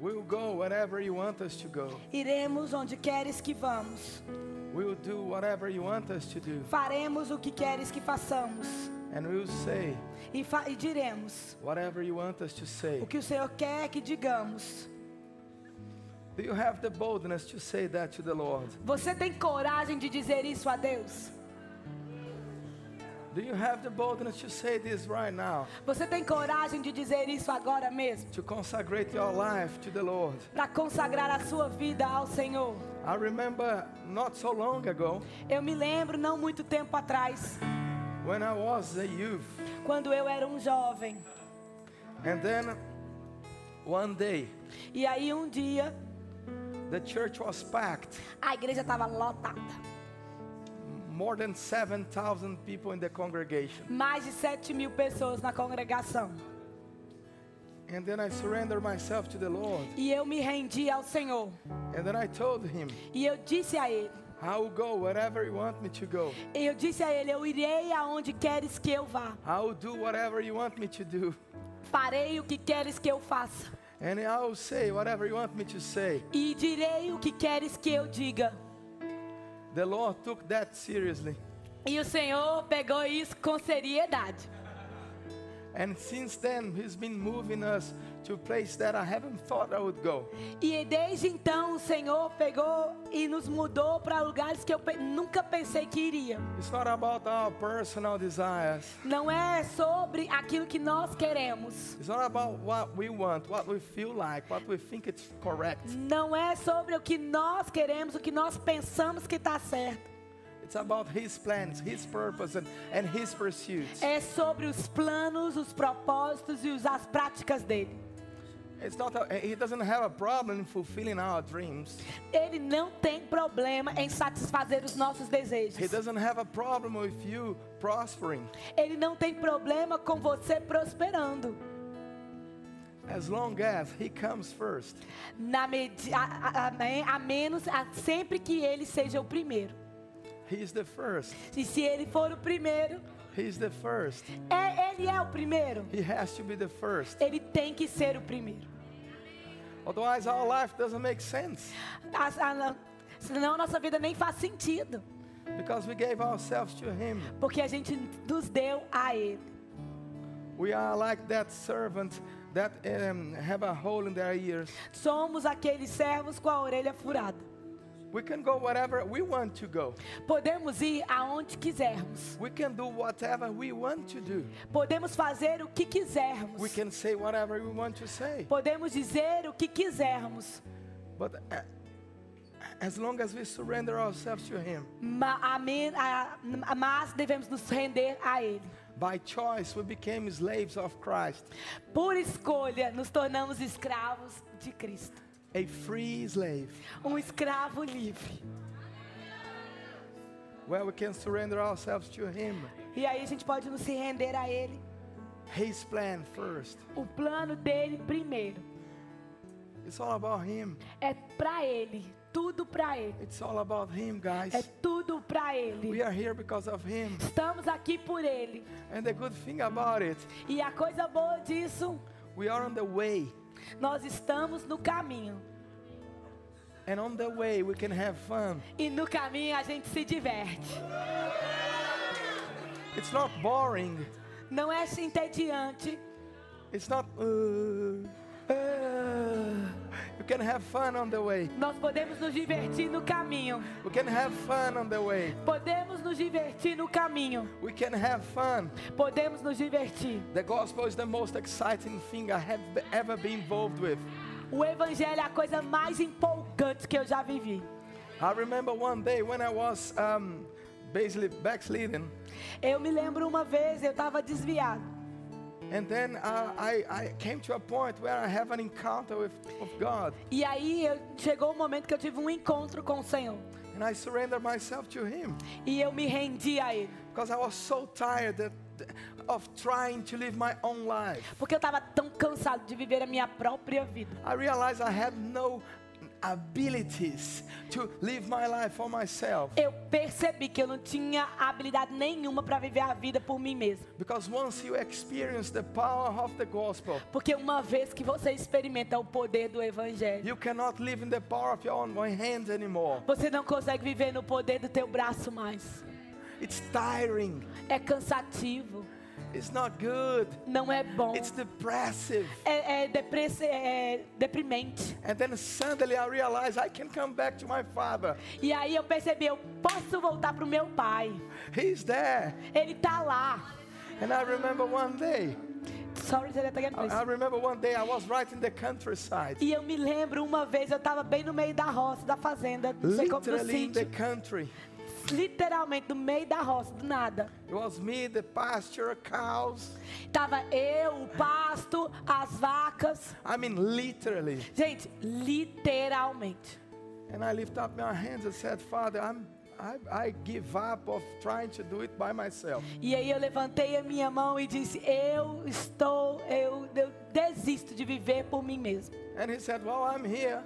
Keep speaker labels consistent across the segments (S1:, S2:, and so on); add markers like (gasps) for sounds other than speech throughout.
S1: We'll go wherever you want us to go.
S2: Iremos onde queres que vamos.
S1: We'll do whatever you want us to do.
S2: Faremos o que queres que façamos.
S1: And we'll say
S2: E, fa- e diremos
S1: whatever you want us to say.
S2: o que o Senhor quer que digamos.
S1: Do you have the boldness to say that to the Lord?
S2: Você tem coragem de dizer isso a Deus?
S1: Do you have the boldness to say this right now?
S2: Você tem coragem de dizer isso agora mesmo?
S1: To consecrate your life to the Lord.
S2: Para consagrar a sua vida ao Senhor.
S1: I remember not so long ago
S2: Eu me lembro, não muito tempo atrás,
S1: when I was a youth,
S2: quando eu era um jovem.
S1: and then one day
S2: E aí um dia,
S1: the church was packed,
S2: a igreja estava lotada.
S1: more than 7,000 people in the congregation.
S2: Mais de 7 mil pessoas na congregação.
S1: And then I surrendered myself to the Lord,
S2: E eu me rendi ao Senhor.
S1: and then I told him,
S2: E eu disse a Ele.
S1: I will go wherever you want me to go.
S2: E eu disse a Ele, eu irei aonde queres que eu vá.
S1: I will do whatever you want me to do.
S2: Farei o que queres que eu faça.
S1: And I will say whatever you want me to say.
S2: E direi o que queres que eu diga.
S1: The Lord took that seriously.
S2: E o Senhor pegou isso com seriedade.
S1: And since then, He's been moving us to a place that I haven't thought I would go.
S2: E desde então o Senhor pegou e nos mudou para lugares que eu pe- nunca pensei que iria.
S1: It's not about our personal desires,
S2: Não é sobre aquilo que nós queremos.
S1: it's not about what we want, what we feel like, what we think it's correct.
S2: Não é sobre o que nós queremos, o que nós pensamos que está certo.
S1: It's about His plans, His purpose, and, and His pursuits.
S2: É sobre os planos, os propósitos e os- as práticas dele.
S1: It's not a, he doesn't have a problem in fulfilling our dreams.
S2: Ele não tem problema em satisfazer os nossos
S1: He
S2: desejos.
S1: doesn't have a problem with you prospering
S2: Ele não tem problema com você prosperando.
S1: as long as He comes first.
S2: Na medi- a, a- né, a- a menos a- sempre que ele seja o primeiro.
S1: He's the first.
S2: E se ele for o primeiro,
S1: He's the first.
S2: é, ele é o primeiro.
S1: He has to be the first.
S2: Ele tem que ser o primeiro.
S1: Otherwise, our life doesn't make sense
S2: As- a- não- senão a nossa vida nem faz sentido.
S1: because we gave ourselves to Him.
S2: Porque a gente nos deu a ele.
S1: We are like that servant that um, have a hole in their ears.
S2: Somos aqueles servos com a orelha furada.
S1: We can go wherever we want to go.
S2: Podemos ir aonde quisermos.
S1: We can do whatever we want to do.
S2: Podemos fazer o que
S1: We
S2: quisermos.
S1: can say whatever we want to say.
S2: Podemos dizer o que quisermos.
S1: But uh, as long as we surrender ourselves to Him,
S2: Ma- amen- a- a- Mas devemos nos render a Ele.
S1: by choice we became slaves of Christ,
S2: Por escolha, nos tornamos escravos de Cristo.
S1: a free slave,
S2: Um escravo livre.
S1: where we can surrender ourselves to Him,
S2: E aí a gente pode nos se render a Ele.
S1: His plan first.
S2: O plano dele primeiro.
S1: It's all about Him.
S2: É pra Ele. Tudo pra Ele.
S1: It's all about Him,
S2: É
S1: guys.
S2: tudo pra
S1: We
S2: Ele.
S1: are here because of Him.
S2: Estamos aqui por Ele.
S1: And the good thing about it,
S2: E a coisa boa disso,
S1: we are on the way.
S2: nós estamos no caminho.
S1: And on the way, we can have fun.
S2: E no caminho a gente se diverte.
S1: It's not boring.
S2: Não é entediante.
S1: It's not. Uh, uh. You can have fun on the way.
S2: Nós podemos nos divertir no caminho.
S1: We can have fun on the way.
S2: Podemos nos divertir no caminho.
S1: We can have fun.
S2: Podemos nos divertir.
S1: The gospel is the most exciting thing I have be- ever been involved with.
S2: O evangelho é a coisa mais empolgante que eu já vivi.
S1: I remember one day when I was um, basically backsliding,
S2: Eu me lembro uma vez, eu estava desviado.
S1: and then uh, I, I came to a point where I have an encounter with, with God,
S2: E aí eu- chegou o momento que eu tive um encontro com o Senhor.
S1: and I surrendered myself to Him
S2: E eu me rendi a Ele.
S1: because I was so tired that, of trying to live my own life.
S2: Porque eu estava tão cansado de viver a minha própria vida.
S1: I realized I had no abilities to live my life for myself.
S2: Eu percebi que eu não tinha habilidade nenhuma para viver a vida por mim mesmo.
S1: Because once you experience the power of the gospel,
S2: Porque uma vez que você experimenta o poder do evangelho,
S1: you cannot live in the power of your own hands anymore.
S2: você não consegue viver no poder do teu braço mais.
S1: It's tiring.
S2: É cansativo,
S1: It's not good.
S2: não é bom,
S1: It's depressive.
S2: é, é depress- é deprimente.
S1: And then suddenly I realize I can come back to my father.
S2: E aí eu percebi, eu posso voltar pro meu pai.
S1: He's there.
S2: Ele tá lá.
S1: And I remember one day,
S2: Sorry, say that again,
S1: I,
S2: please.
S1: I remember one day I was right in the countryside.
S2: E eu me lembro uma vez, eu tava bem no meio da roça, da fazenda, não sei como, do
S1: Literally in the
S2: sítio.
S1: country.
S2: Literalmente no meio da roça, do nada.
S1: It was me, the pasture, cows.
S2: Tava eu, o pasto, as vacas.
S1: I mean, literally.
S2: Gente, literalmente.
S1: And I lift up my hands and said, Father, I'm, I, I give up of trying to do it by myself.
S2: E aí eu levantei a minha mão e disse: Eu estou, eu, eu desisto de viver por mim mesmo.
S1: And he said, Well, I'm here.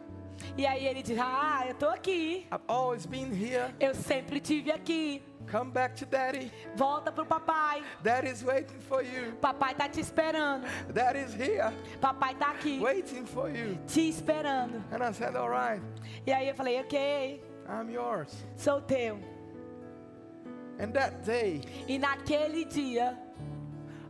S2: E aí ele disse: Ah, eu tô aqui.
S1: I've always been here.
S2: Eu sempre tive aqui.
S1: Come back to daddy.
S2: Volta pro papai.
S1: Daddy's waiting for you.
S2: Papai tá te esperando.
S1: Daddy's here,
S2: Papai tá aqui.
S1: waiting for you.
S2: Te esperando.
S1: And I said, All right,
S2: E aí eu falei, ok,
S1: I'm yours.
S2: sou teu.
S1: And that day,
S2: E naquele dia,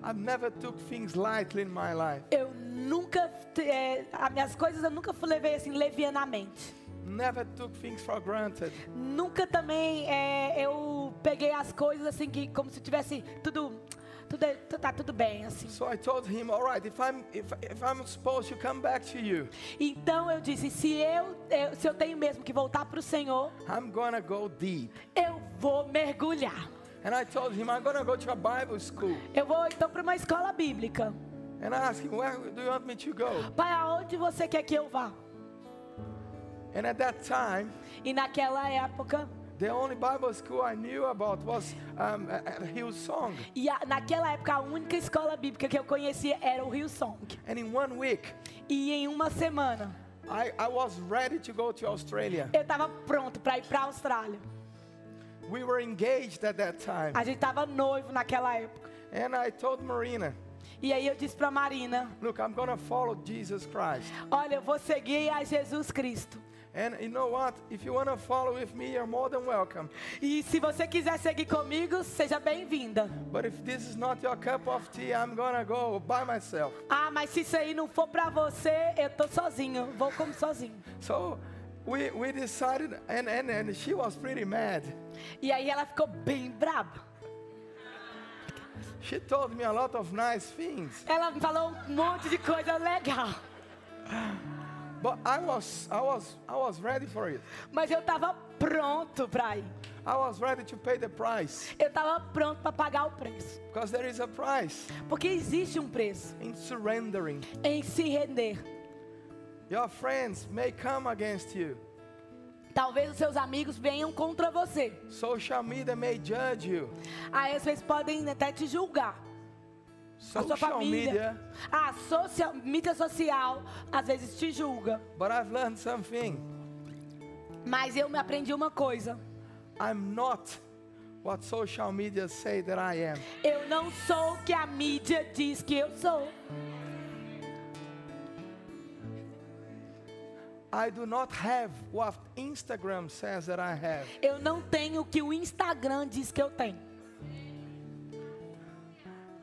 S1: I never took things lightly in my life.
S2: eu nunca, eh, as minhas coisas eu nunca levei assim levianamente.
S1: Never took things for granted.
S2: Nunca também eh, eu peguei as coisas assim que como se tivesse tudo, tudo é- tu- tá tudo bem assim.
S1: So I told him, all right, if I'm if, if I'm supposed to come back to you,
S2: Então eu disse, se eu, eu se eu tenho mesmo que voltar para o Senhor,
S1: I'm gonna go deep.
S2: eu vou mergulhar.
S1: And I told him, I'm gonna go to a Bible school.
S2: Eu vou então para uma escola bíblica.
S1: And I asked him, where do you want me to go?
S2: Pai, aonde você quer que eu vá?
S1: And at that time,
S2: E naquela época,
S1: the only Bible school I knew about was um, at at Hillsong.
S2: E a- naquela época a única escola bíblica que eu conhecia era o Rio Song.
S1: And in one week,
S2: E em uma semana
S1: I, I was ready to go to Australia.
S2: eu estava pronto para ir para a Austrália.
S1: We were engaged at that time.
S2: A gente estava noivo naquela época.
S1: And I told Marina,
S2: E aí eu disse para Marina:
S1: look, I'm going to follow Jesus Christ.
S2: Olha, eu vou seguir a Jesus Cristo.
S1: And you know what? If you want to follow with me, you're more than welcome.
S2: E se você quiser seguir comigo, seja bem-vinda.
S1: But if this is not your cup of tea, I'm going to go by myself.
S2: Ah, mas se isso aí não for para você, eu tô sozinho. Vou como sozinho.
S1: So we, we decided, and, and, and she was pretty mad.
S2: E aí ela ficou bem braba.
S1: She told me a lot of nice things.
S2: Ela me falou um monte de coisa legal,
S1: But I was, I was, I was ready for it.
S2: mas eu tava pronto para ir.
S1: I was ready to pay the price.
S2: Eu estava pronto para pagar o preço.
S1: Because there is a price
S2: Porque existe um preço
S1: in surrendering.
S2: em se render.
S1: Your friends may come against you.
S2: Talvez os seus amigos venham contra você.
S1: Social media may judge you.
S2: Aí vocês podem até te julgar. A sua
S1: Social
S2: família.
S1: media.
S2: A social, mídia social às vezes te julga.
S1: But I've learned something.
S2: Mas eu me aprendi uma coisa.
S1: I'm not what social media say that I am.
S2: Eu não sou o que a mídia diz que eu sou.
S1: I do not have what Instagram says that I have.
S2: Eu não tenho o que o Instagram diz que eu tenho.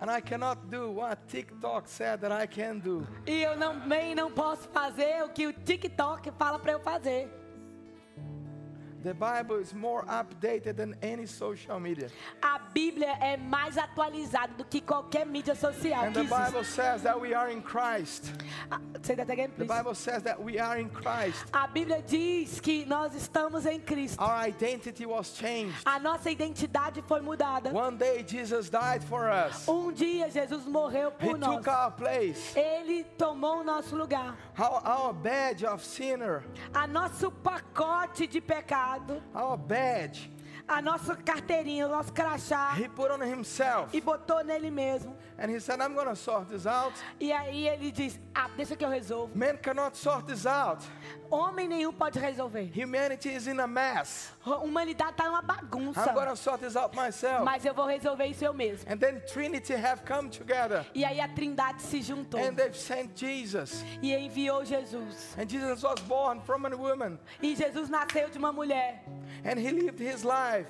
S1: And I cannot do what TikTok said that I can do.
S2: E eu não- também não posso fazer o que o TikTok fala para eu fazer.
S1: The Bible is more updated than any social media.
S2: A Bíblia é mais atualizada do que qualquer mídia social
S1: And
S2: que
S1: the
S2: existe.
S1: Bible says that we are in Christ.
S2: Ah, say that again,
S1: The
S2: please.
S1: Bible says that we are in Christ.
S2: A Bíblia diz que nós estamos em Cristo.
S1: Our identity was changed.
S2: A nossa identidade foi mudada.
S1: One day Jesus died for us.
S2: Um dia Jesus morreu
S1: He
S2: por nós.
S1: took our place.
S2: Ele tomou o nosso lugar.
S1: Our, our badge of sinner,
S2: A nosso pacote de pecado,
S1: our badge
S2: a nossa carteirinha, o nosso crachá
S1: He put on himself.
S2: e botou nele mesmo.
S1: And he said, I'm going to sort this out.
S2: E aí ele diz: Ah, deixa que eu resolvo.
S1: Man cannot sort this out.
S2: Homem nenhum pode resolver.
S1: Humanity is in a mess.
S2: A humanidade tá numa bagunça.
S1: I'm going to sort this out myself.
S2: Mas eu vou resolver isso eu mesmo.
S1: And then Trinity have come together.
S2: E aí a Trindade se juntou
S1: And they've sent Jesus.
S2: e enviou Jesus.
S1: And Jesus was born from a woman.
S2: E Jesus nasceu de uma mulher
S1: And he lived his life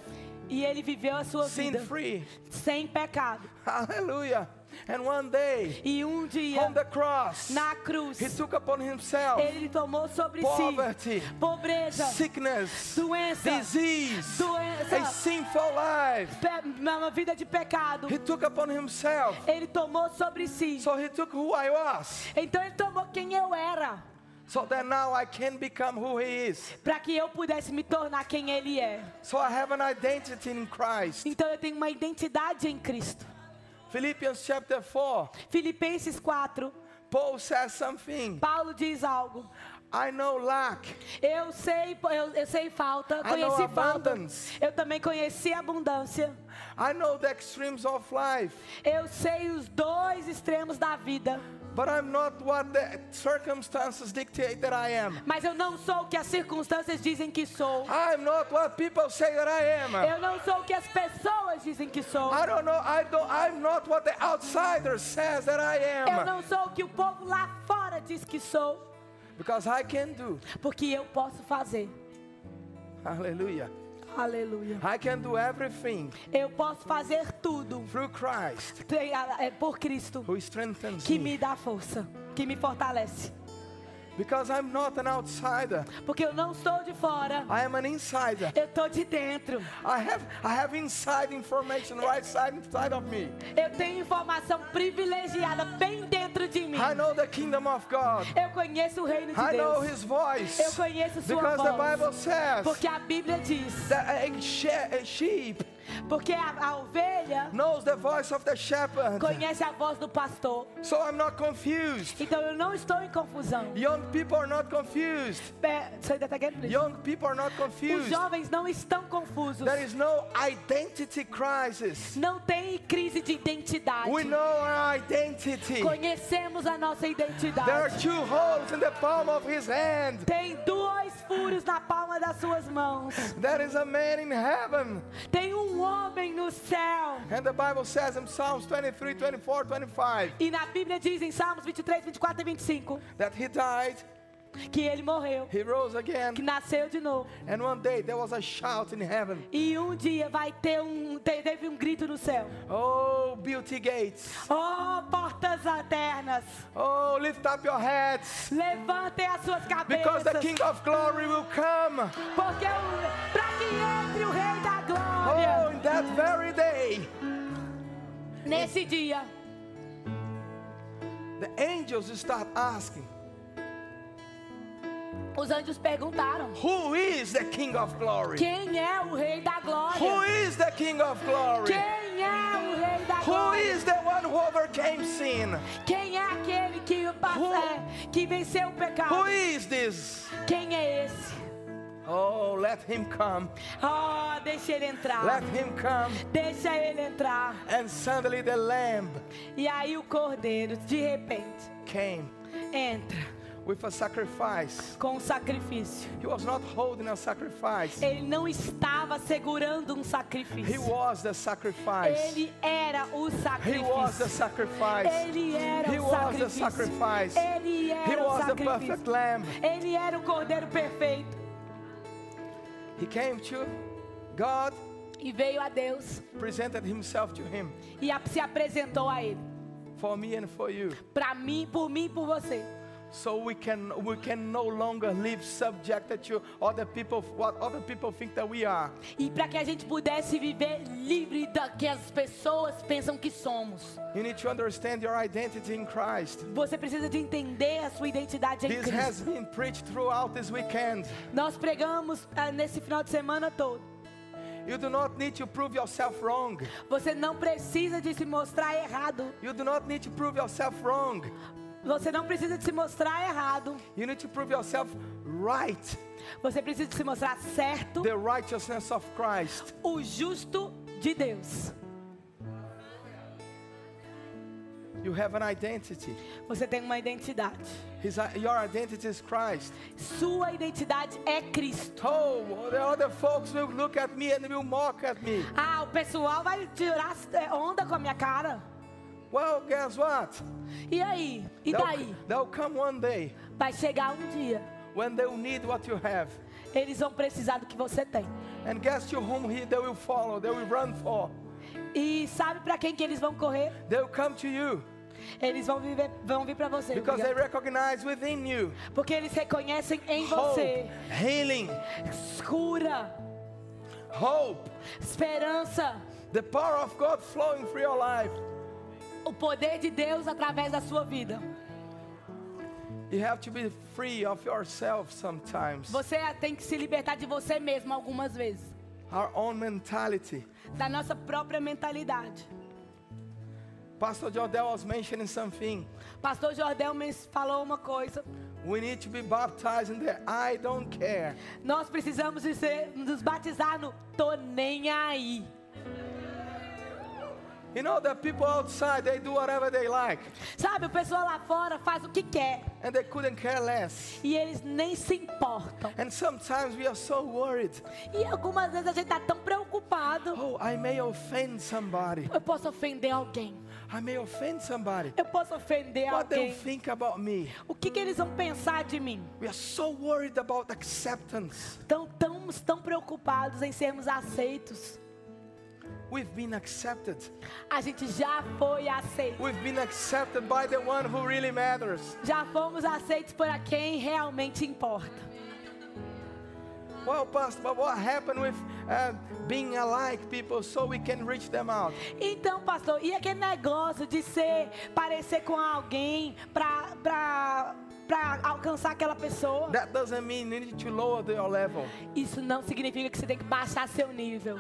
S2: e ele viveu a sua
S1: sin
S2: vida
S1: free.
S2: sem pecado.
S1: Hallelujah. And one day,
S2: E um dia
S1: on the cross,
S2: na cruz
S1: he took upon himself
S2: ele tomou sobre
S1: Poverty.
S2: si pobreza,
S1: sickness,
S2: doença,
S1: disease,
S2: doença.
S1: a sinful life.
S2: pe- é uma vida de pecado.
S1: He took upon himself.
S2: Ele tomou sobre si.
S1: So he took who I was.
S2: Então ele tomou quem eu era
S1: So that now I can become who he is.
S2: para que eu pudesse me tornar quem ele é.
S1: So I have an identity in Christ.
S2: Então eu tenho uma identidade em Cristo.
S1: Philippians chapter 4,
S2: Filipenses 4,
S1: Paul says something.
S2: Paulo diz algo.
S1: I know lack.
S2: Eu sei, eu, eu sei falta,
S1: know
S2: conheci falta.
S1: abundance.
S2: Eu também conheci abundância.
S1: I know the extremes of life.
S2: Eu sei os dois extremos da vida,
S1: But I'm not what the circumstances dictate that I am.
S2: mas eu não sou o que as circunstâncias dizem que sou.
S1: I'm not what people say that I am.
S2: Eu não sou o que as pessoas dizem que sou.
S1: I don't know. I don't. I'm not what the outsider says that I
S2: Eu
S1: am.
S2: não sou o que o povo lá fora diz que sou,
S1: Because I can do.
S2: porque eu posso fazer.
S1: Hallelujah.
S2: Aleluia.
S1: I can do everything
S2: Eu posso fazer tudo
S1: through Christ
S2: tem- é, por Cristo
S1: who strengthens
S2: que
S1: me.
S2: me dá força, que me fortalece.
S1: Because I'm not an outsider.
S2: Porque eu não estou de fora,
S1: I am an insider.
S2: eu estou de dentro.
S1: I have I have inside information right side inside of me.
S2: Eu tenho informação privilegiada bem dentro de mim.
S1: I know the kingdom of God.
S2: Eu conheço o reino de
S1: I know
S2: Deus.
S1: His voice.
S2: Eu conheço sua
S1: Because the
S2: voz.
S1: Bible says
S2: Porque a Bíblia diz,
S1: that a she- a sheep
S2: porque a, a ovelha
S1: knows the voice of the shepherd.
S2: conhece a voz do pastor.
S1: So I'm not confused.
S2: Então eu não estou em confusão.
S1: Young people are not confused.
S2: É, say that again, please.
S1: Young people are not
S2: Os
S1: confused.
S2: jovens não estão confusos.
S1: There is no identity crisis.
S2: Não tem crise de identidade.
S1: We know our identity.
S2: Conhecemos a nossa
S1: There are
S2: identidade.
S1: two holes in the palm of his hand.
S2: Tem dois furos na palma das suas mãos.
S1: There is a man in heaven.
S2: Tem um homem no céu.
S1: And the Bible says in Psalms 23, 24, 25
S2: E na Bíblia diz em Salmos 23, 24 e 25
S1: that he died,
S2: que ele morreu,
S1: he rose
S2: que
S1: again,
S2: nasceu de novo.
S1: and one day there was a shout in heaven.
S2: E um dia vai ter um te- teve um grito no céu.
S1: Oh, beauty gates.
S2: Oh, portas eternas,
S1: Oh, lift up your heads.
S2: levantem as suas
S1: Because
S2: cabeças.
S1: the King of Glory will come.
S2: Porque o, pra que entre o Rei da
S1: Oh,
S2: Glória
S1: in that very day, Oh.
S2: nesse dia.
S1: the angels start asking,
S2: Os anjos perguntaram:
S1: Who is the King of Glory?
S2: Quem é o Rei da
S1: Who
S2: Glória?
S1: is the King of Glory?
S2: Quem é o Rei da
S1: Who
S2: Glória?
S1: is the one who overcame sin?
S2: Quem é aquele que passa-
S1: Who-
S2: é, que venceu o pecado?
S1: Who is this?
S2: Quem é esse?
S1: Oh, let him come.
S2: Oh, deixa ele entrar.
S1: Let him come.
S2: Deixa ele entrar.
S1: And suddenly the Lamb
S2: E aí o cordeiro, de repente,
S1: came
S2: entra
S1: with a sacrifice.
S2: com um sacrifício.
S1: He was not holding a sacrifice,
S2: Ele não estava segurando um
S1: he
S2: sacrifício.
S1: was the sacrifice.
S2: Ele era o
S1: He was the
S2: sacrifício.
S1: sacrifice.
S2: Ele era
S1: He
S2: o
S1: was the
S2: sacrifício.
S1: sacrifice.
S2: Ele
S1: He
S2: era o
S1: was the perfect
S2: sacrifício.
S1: lamb.
S2: Ele era o cordeiro perfeito.
S1: He came to God,
S2: E veio a Deus
S1: presented himself to him
S2: e a- se apresentou a Ele.
S1: for me and for you.
S2: Para mim, por mim e por você.
S1: So we can we can no longer live subjected to other people what other people think that we are.
S2: E para que a gente pudesse viver livre da que as pessoas pensam que somos.
S1: You need to understand your identity in Christ.
S2: Você precisa de entender a sua identidade em
S1: This
S2: Cristo.
S1: has been preached throughout this weekend.
S2: Nós pregamos ah, nesse final de semana todo.
S1: You do not need to prove yourself wrong.
S2: Você não precisa de se mostrar errado.
S1: You do not need to prove yourself wrong.
S2: Você não precisa de se mostrar errado.
S1: You need to prove yourself right,
S2: Você precisa de se mostrar certo,
S1: the righteousness of Christ.
S2: o justo de Deus.
S1: You have an identity.
S2: Você tem uma identidade.
S1: His, uh, your identity is Christ.
S2: Sua identidade é Cristo.
S1: Oh, the other folks will look at me and will mock at me.
S2: Ah, o pessoal vai tirar é, onda com a minha cara.
S1: Well, guess what?
S2: E aí? E daí?
S1: They'll, they'll come one day
S2: Vai chegar um dia.
S1: when they'll need what you have.
S2: Eles vão precisar do que você tem.
S1: And guess to whom he, they will follow, they will run for.
S2: E sabe pra quem que eles vão correr?
S1: They'll come to you
S2: Eles vão viver, vão vir pra você.
S1: because they
S2: obrigado.
S1: recognize within you
S2: Porque eles reconhecem em
S1: hope,
S2: você
S1: healing,
S2: cura,
S1: hope,
S2: esperança,
S1: the power of God flowing through your life.
S2: o poder de Deus através da sua vida.
S1: You have to be free of yourself sometimes.
S2: Você tem que se libertar de você mesmo algumas vezes,
S1: Our own mentality.
S2: da nossa própria mentalidade.
S1: Pastor Jordel was mentioning something.
S2: Pastor Jordel me falou uma coisa.
S1: We need to be baptized in the I don't care.
S2: Nós precisamos de ser, nos batizar no tô nem aí.
S1: You know, the people outside, they do whatever they like,
S2: Sabe, o pessoal lá fora faz o que quer
S1: and they couldn't care less.
S2: e eles nem se importam.
S1: And sometimes we are so worried.
S2: E algumas vezes a gente tá tão preocupado.
S1: Oh, I may offend somebody.
S2: Eu posso ofender alguém.
S1: I may offend somebody.
S2: Eu posso ofender
S1: What they'll
S2: alguém.
S1: think about me.
S2: O que, que eles vão pensar de mim?
S1: We are so worried about acceptance.
S2: Tão, tão, tão preocupados em sermos aceitos.
S1: We've been accepted.
S2: A gente já foi aceito.
S1: We've been accepted by the one who really matters.
S2: Já fomos aceitos por quem realmente importa.
S1: Well, Pastor, but what happened with uh, being alike people so we can reach them out?
S2: Então, pastor, e aquele negócio de ser, parecer com alguém pra, pra, pra alcançar aquela pessoa?
S1: That doesn't mean you need to lower your level.
S2: Isso não significa que você tem que baixar seu nível.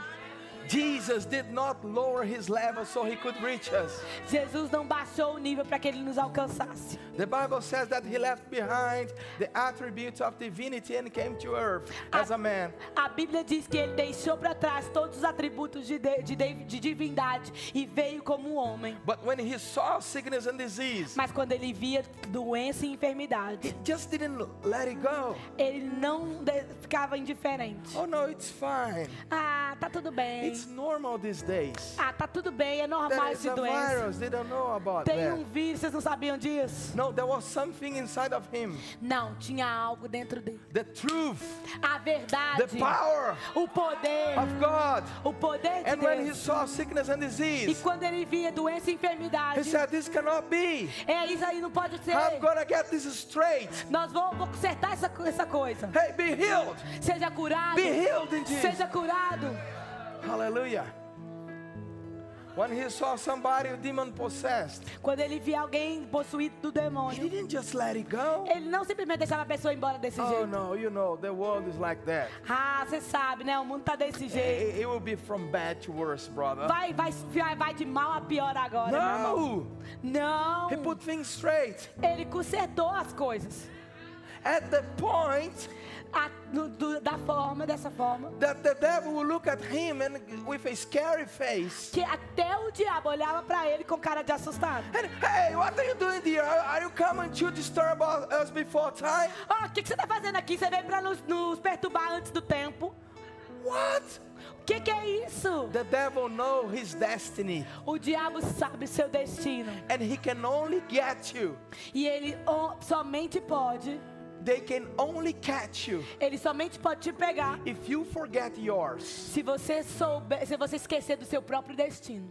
S1: Jesus did not lower his level so he could reach us.
S2: Jesus não baixou o nível para que ele nos alcançasse.
S1: The Bible says that he left behind the attributes of divinity and came to earth as a man.
S2: A Bíblia diz que ele deixou para trás todos os atributos de, de, de, de- de divindade e veio como um homem.
S1: But when he saw sickness and disease,
S2: Mas quando ele via doença e
S1: he
S2: enfermidade,
S1: just didn't let it go.
S2: ele não de- ficava indiferente.
S1: Oh no, it's fine.
S2: Ah, tá tudo bem.
S1: It's normal these days.
S2: Ah, tá tudo bem, é normal
S1: There is
S2: esse
S1: a
S2: doença.
S1: virus, they don't know about
S2: Tem
S1: that.
S2: um vírus, vocês não sabiam disso?
S1: No, there was something inside of him.
S2: Não, tinha algo dentro dele.
S1: The truth,
S2: A verdade,
S1: the power
S2: o poder,
S1: of God.
S2: o poder de
S1: And when he
S2: Deus.
S1: saw sickness and
S2: E
S1: disease,
S2: quando ele via doença e
S1: he
S2: enfermidade,
S1: said, This cannot be.
S2: é isso aí, não pode ser.
S1: I'm gonna get this straight.
S2: Nós vamos vou consertar essa, co- essa coisa.
S1: Hey, be healed.
S2: Seja curado,
S1: Be healed in Jesus.
S2: seja curado.
S1: Hallelujah. When he saw somebody demon possessed,
S2: Quando ele via alguém possuído do
S1: he
S2: demônio,
S1: didn't just let it go.
S2: ele não simplesmente deixava a pessoa embora desse
S1: Oh
S2: jeito.
S1: no, you know, the world is like that.
S2: Ah, você sabe, né? O mundo tá
S1: É,
S2: desse jeito.
S1: It, it will be from bad to worse, brother.
S2: Vai, vai, vai, vai de mal a pior agora, meu irmão.
S1: No,
S2: Não.
S1: he put things straight
S2: Ele consertou as coisas.
S1: at the point
S2: A- do- do- da forma, dessa forma.
S1: that the devil will look at him and with a scary face.
S2: Que até o diabo olhava pra ele com cara de assustado.
S1: And hey, what are you doing here? Are, are you coming to disturb us us before time?
S2: Ó, o que, que você tá fazendo aqui? Você veio pra nos, nos perturbar antes do tempo.
S1: What?
S2: O que, que é isso?
S1: The devil know his destiny,
S2: O diabo sabe seu destino.
S1: and he can only get you.
S2: E ele o- somente pode,
S1: They can only catch you
S2: ele somente pode te pegar
S1: if you forget yours.
S2: se você souber, se você esquecer do seu próprio destino.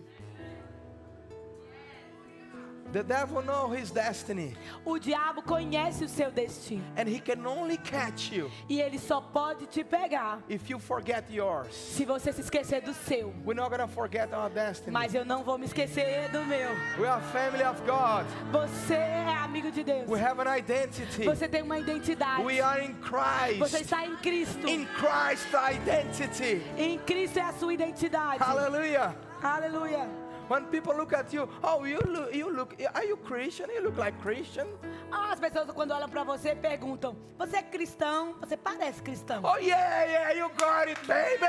S1: The devil know his destiny,
S2: O diabo conhece o seu destino.
S1: and he can only catch you
S2: E ele só pode te pegar
S1: if you forget yours.
S2: se você se esquecer do seu.
S1: We're not gonna forget our destiny.
S2: Mas eu não vou me esquecer do meu.
S1: we are family of God.
S2: Você é amigo de Deus.
S1: We have an identity.
S2: Você tem uma identidade.
S1: We are in
S2: Você
S1: Christ.
S2: está em Cristo.
S1: In Christ identity.
S2: Em Cristo é a sua identidade.
S1: Hallelujah.
S2: Aleluia.
S1: When people look at you, oh, you look, you look, are you Christian? You look like Christian.
S2: Ah, As pessoas quando olham pra você perguntam: Você é cristão? Você parece cristão?
S1: Oh yeah, yeah, you got it, baby.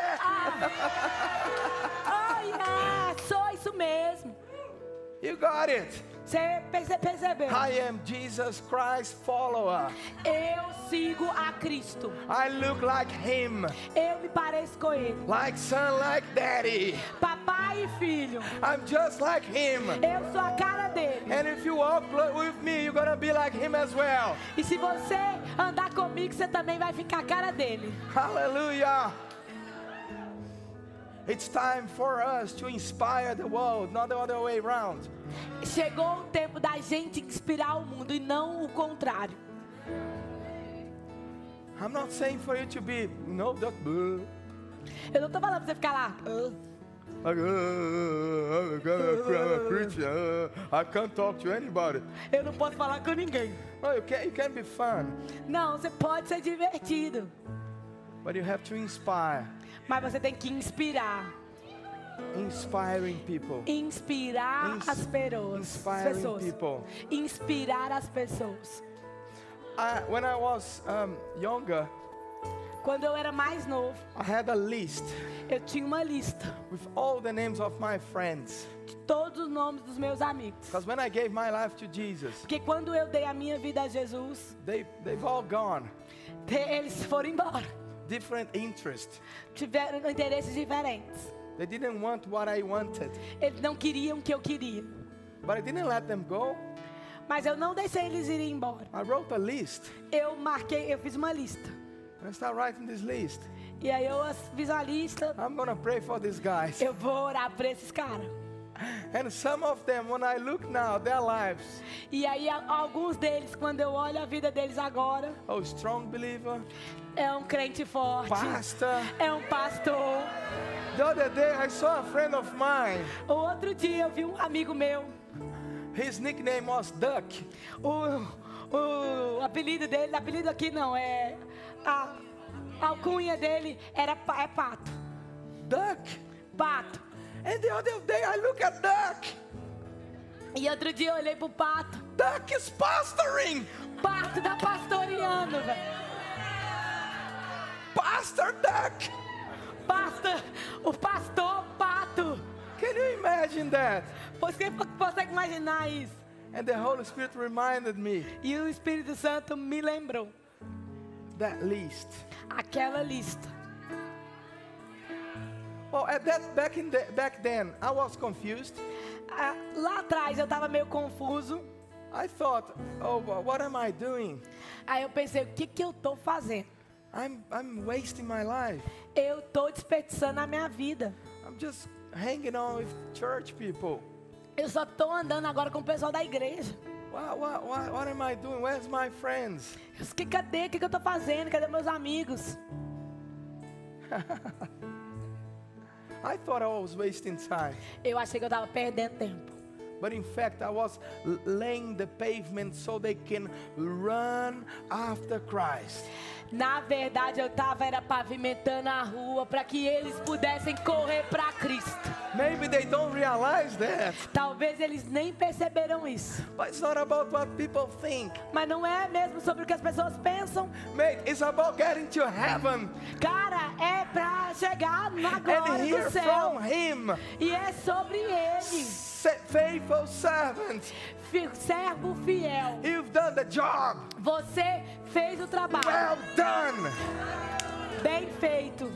S2: Oh, yeah, sou isso mesmo.
S1: You got it.
S2: Você perce- percebeu?
S1: I am Jesus Christ follower.
S2: Eu sigo a Cristo.
S1: I look like Him,
S2: Eu me pareço com Ele.
S1: like son, like daddy.
S2: Papai e filho.
S1: I'm just like Him.
S2: Eu sou a cara dele.
S1: And if you walk clo- with me, you're gonna be like Him as well.
S2: E se você andar comigo, você também vai ficar a cara dele.
S1: Hallelujah. It's time for us to inspire the world, not the other way around.
S2: Chegou o tempo da gente inspirar o mundo e não o contrário.
S1: I'm not saying for you to be, no, that, uh,
S2: Eu não tô falando pra você ficar lá. "Ah,
S1: like, uh, uh, I'm a preacher, uh, I can't talk to anybody.
S2: Eu não posso falar com ninguém.
S1: No, you can, you can be fun,
S2: Não, você pode ser divertido.
S1: but you have to inspire,
S2: Mas você tem que inspirar.
S1: inspiring people.
S2: Inspirar
S1: Ins-
S2: as pessoas. as
S1: inspiring
S2: pessoas.
S1: people.
S2: Inspirar as pessoas.
S1: I, when I was um, younger,
S2: Quando eu era mais novo,
S1: I had a list
S2: eu tinha uma lista
S1: with all the names of my friends.
S2: de todos os nomes dos meus amigos.
S1: Because when I gave my life to Jesus,
S2: Porque quando eu dei a minha vida a Jesus,
S1: they, they've all gone.
S2: te- eles foram embora.
S1: Different interests.
S2: Tiveram interesses diferentes.
S1: They didn't want what I wanted.
S2: Eles não queriam o que eu queria.
S1: But I didn't let them go.
S2: Mas eu não deixei eles irem embora.
S1: I wrote a list.
S2: Eu marquei, eu fiz uma lista.
S1: And I started writing this list.
S2: E aí eu as- fiz uma lista.
S1: I'm going to pray for these guys.
S2: Eu vou orar por esses caras.
S1: And some of them, when I look now, their lives.
S2: E aí a- alguns deles, quando eu olho a vida deles agora,
S1: Oh, strong believer,
S2: é um crente forte.
S1: pastor.
S2: É um pastor.
S1: The other day, I saw a friend of mine.
S2: O outro dia eu vi um amigo meu.
S1: His nickname was Duck.
S2: O, o apelido dele, apelido aqui não, é. A, a alcunha dele era pa- é pato.
S1: Duck.
S2: Pato.
S1: And the other day, I look at Duck.
S2: E outro dia eu olhei pro pato.
S1: Duck is pastoring.
S2: Pato tá pastoreando, velho.
S1: Pastor Duck.
S2: Pasta, o pastor pato.
S1: Can you imagine that?
S2: Você consegue imaginar isso?
S1: And the Holy Spirit reminded me
S2: E o Espírito Santo me lembrou
S1: that list.
S2: aquela lista.
S1: Oh, at that back in the, back then, I was confused.
S2: Ah, Lá atrás eu tava meio confuso.
S1: I thought, oh, wha- what am I doing?
S2: Aí eu pensei, o que que eu tô fazendo?
S1: I'm I'm wasting my life.
S2: Eu tô desperdiçando a minha vida.
S1: I'm just hanging on with church people.
S2: Eu só tô andando agora com o pessoal da igreja.
S1: What what what, what am I doing? Where's my friends?
S2: Eu disse, Que, cadê? O que, que eu tô fazendo? Cadê meus amigos?
S1: I thought I was wasting time,
S2: Eu achei que eu tava perdendo tempo.
S1: but in fact, I was l- laying the pavement so they can run after Christ.
S2: Na verdade, eu tava era pavimentando a rua para que eles pudessem correr para Cristo.
S1: Maybe they don't realize that.
S2: Talvez eles nem perceberam isso.
S1: But it's not about what people think.
S2: Mas não é mesmo sobre o que as pessoas pensam.
S1: Mate, it's about getting to heaven
S2: Cara, é pra chegar na
S1: and
S2: glória
S1: hear
S2: do céu.
S1: from Him.
S2: E é sobre ele.
S1: Sa- Faithful servant,
S2: Fi- Servo fiel.
S1: you've done the job.
S2: Você fez o trabalho.
S1: Well done.
S2: Bem feito.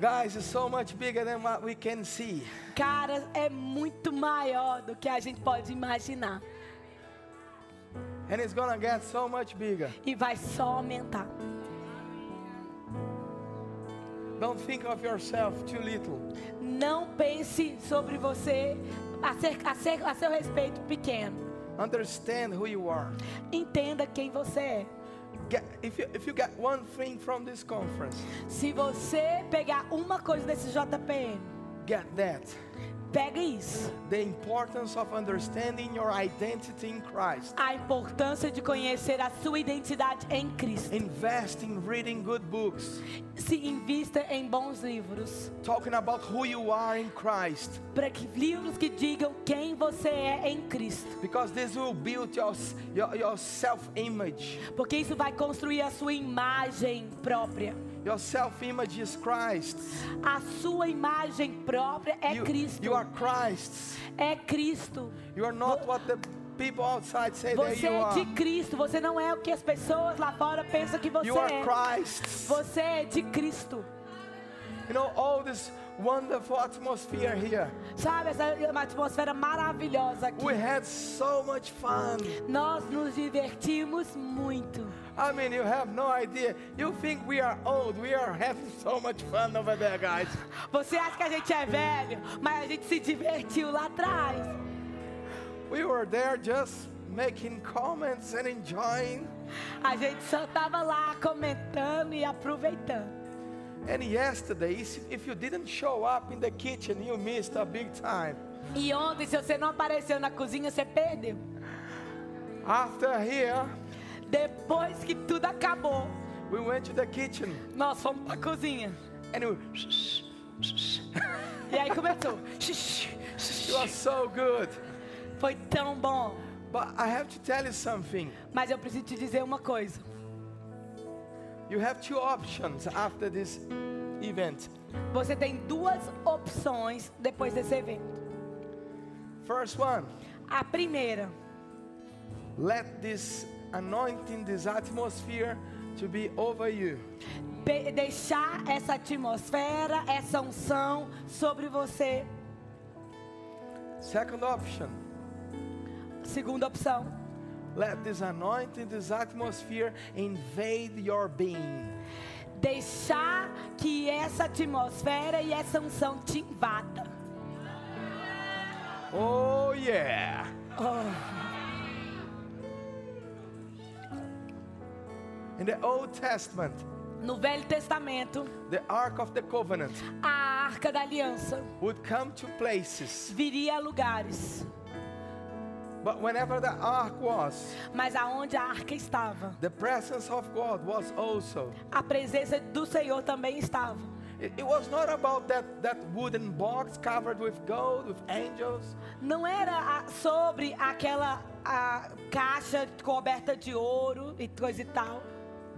S1: Guys, it's so much bigger than what we can see.
S2: Cara, é muito maior do que a gente pode imaginar.
S1: And it's gonna get so much bigger.
S2: E vai só aumentar.
S1: Don't think of yourself too little.
S2: Não pense sobre você a, ser, a, ser, a seu respeito pequeno.
S1: Understand who you are.
S2: Entenda quem você é.
S1: Get, if, you, if you get one thing from this conference,
S2: Se você pegar uma coisa desse JPM,
S1: get that.
S2: Pega isso.
S1: the importance of understanding your identity in Christ.
S2: A importância de conhecer a sua identidade em Cristo.
S1: Invest in reading good books,
S2: Se invista em bons livros.
S1: talking about who you are in Christ,
S2: Para que livros que digam quem você é em Cristo.
S1: because this will build your, your, your self image.
S2: Porque isso vai construir a sua imagem própria.
S1: Your self image is Christ.
S2: A sua imagem própria é
S1: you,
S2: Cristo.
S1: you are Christ's.
S2: É Cristo.
S1: You are not what the people outside say that
S2: Você
S1: you
S2: é
S1: are.
S2: de Cristo. Você não é o que as pessoas lá fora pensam que você
S1: You are
S2: é.
S1: Christ's.
S2: Você é de Cristo.
S1: You know, all this wonderful atmosphere here.
S2: Sabe, essa é uma atmosfera maravilhosa aqui.
S1: We had so much fun.
S2: Nós nos divertimos muito.
S1: I mean, you have no idea. You think we are old. We are having so much fun over there, guys.
S2: Você acha que a gente é velho, mas a gente se divertiu lá atrás.
S1: We were there just making comments and enjoying.
S2: A gente só tava lá comentando e aproveitando.
S1: And yesterday, is- if you didn't show up in the kitchen, you missed a big time.
S2: E ontem, se você não apareceu na cozinha, você perdeu.
S1: After here,
S2: Depois que tudo acabou,
S1: we went to the kitchen
S2: nós fomos pra cozinha.
S1: and we,
S2: E aí começou.
S1: it was so good.
S2: Foi tão bom.
S1: But I have to tell you something.
S2: Mas eu preciso te dizer uma coisa.
S1: You have two options after this event.
S2: Você tem duas opções depois desse evento.
S1: First one,
S2: A primeira,
S1: let this anointing, this atmosphere to be over you.
S2: de- deixar essa atmosfera, essa unção sobre você.
S1: Second option,
S2: Segunda opção,
S1: let this anointing, this atmosphere invade your being.
S2: deixar que essa atmosfera e essa unção te invada.
S1: Oh, yeah. (sighs) In the Old Testament,
S2: No Velho Testamento,
S1: the Ark of the Covenant
S2: a Arca da Aliança
S1: would come to places.
S2: viria a lugares,
S1: But whenever the Ark was,
S2: mas aonde a Arca estava,
S1: the presence of God was also.
S2: a presença do Senhor também estava.
S1: It, it was not about that, that wooden box covered with gold, with angels.
S2: Não era a- sobre aquela a caixa coberta de ouro e coisa e tal,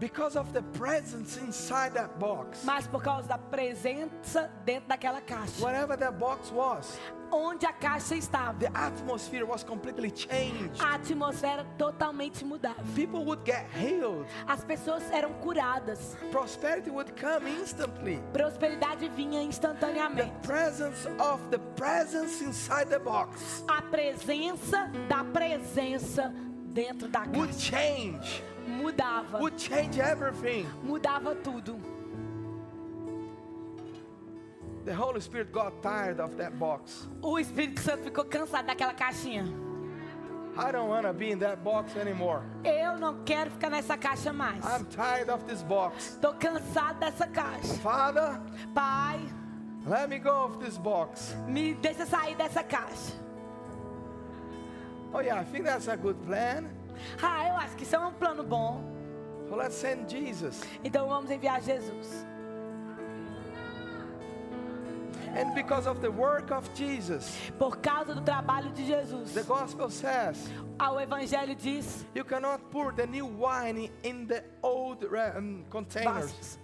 S1: Because of the presence inside that box.
S2: mas por causa da presença dentro daquela caixa.
S1: Wherever that box was,
S2: Onde a caixa estava,
S1: the atmosphere was completely changed.
S2: a atmosfera totalmente mudava.
S1: People would get healed.
S2: As pessoas eram curadas.
S1: Prosperity would come instantly.
S2: Prosperidade vinha
S1: The
S2: instantaneamente.
S1: presence of the presence inside the box
S2: A presença da presença dentro da
S1: would
S2: caixa
S1: change,
S2: mudava.
S1: would change everything.
S2: Mudava tudo.
S1: The Holy Spirit got tired of that box.
S2: O Espírito Santo ficou cansado daquela caixinha.
S1: I don't want to be in that box anymore.
S2: Eu não quero ficar nessa caixa mais.
S1: I'm tired of this box.
S2: Tô cansado dessa caixa.
S1: Father,
S2: Pai,
S1: let me go of this box.
S2: me deixa sair dessa caixa.
S1: Oh, yeah, I think that's a good plan.
S2: Ah, eu acho que isso é um plano bom.
S1: So let's send Jesus.
S2: Então vamos enviar Jesus.
S1: And because of the work of Jesus,
S2: Por causa do trabalho de Jesus.
S1: the gospel says
S2: Ah, O Evangelho diz
S1: you cannot pour the new wine in the old ra- um, containers.
S2: vasos.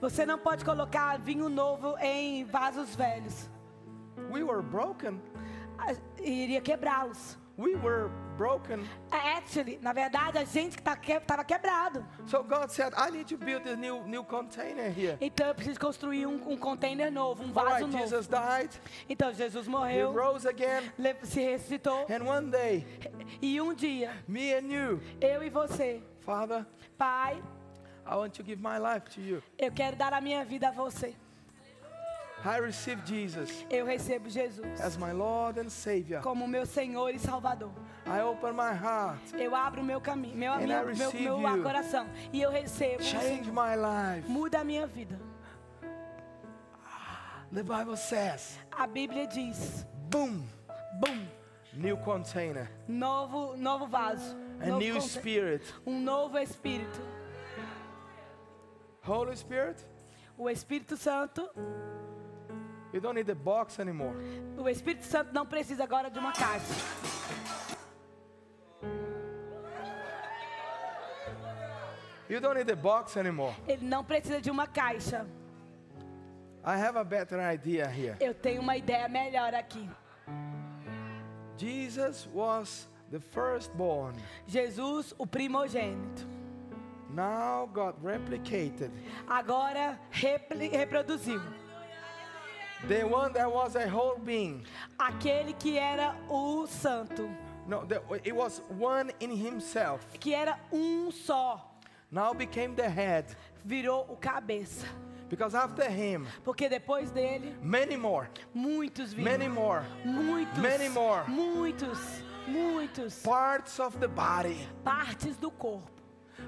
S2: Você não pode colocar vinho novo em vasos velhos.
S1: We were broken.
S2: Ah, Iria quebrá-los.
S1: We were broken.
S2: É, Actually, na verdade, a gente que tá que, tava quebrado.
S1: So God said, I need to build a new new container here.
S2: Então eu preciso construir um, um container novo, um
S1: All
S2: vaso
S1: right,
S2: novo.
S1: Jesus died.
S2: Então Jesus
S1: He
S2: morreu,
S1: rose again.
S2: le- se ressuscitou.
S1: And one day,
S2: E um dia,
S1: me and you,
S2: eu e você,
S1: Father,
S2: Pai,
S1: I want to give my life to you.
S2: eu quero dar a minha vida a você.
S1: I receive Jesus
S2: Eu recebo Jesus
S1: as my Lord and Savior.
S2: como meu Senhor e Salvador.
S1: I open my heart.
S2: Eu abro o meu caminho, meu,
S1: And I
S2: meu, meu,
S1: receive
S2: meu
S1: you.
S2: coração. E eu recebo.
S1: Change my life.
S2: Muda a minha vida.
S1: The Bible says,
S2: A Bíblia diz:
S1: boom,
S2: Bum.
S1: new container,
S2: Novo, novo vaso.
S1: a
S2: Novo
S1: new
S2: conce-
S1: spirit.
S2: Um novo espírito.
S1: Holy Spirit,
S2: O Espírito Santo,
S1: you don't need a box anymore.
S2: o Espírito Santo não precisa agora de uma caixa.
S1: You don't need a box anymore.
S2: Ele não precisa de uma caixa.
S1: I have a better idea here.
S2: Eu tenho uma ideia melhor aqui.
S1: Jesus was the firstborn,
S2: Jesus, o primogênito,
S1: now got replicated.
S2: agora repli- reproduziu.
S1: The one that was a whole being.
S2: Aquele que era o santo,
S1: No, the, it was one in himself.
S2: que era um só,
S1: Now became the head.
S2: virou o cabeça.
S1: Because after him,
S2: Porque depois dele,
S1: many more,
S2: muitos viram.
S1: many more
S2: Muitos.
S1: Many more.
S2: Muitos. Muitos.
S1: parts of the body.
S2: Partes do corpo.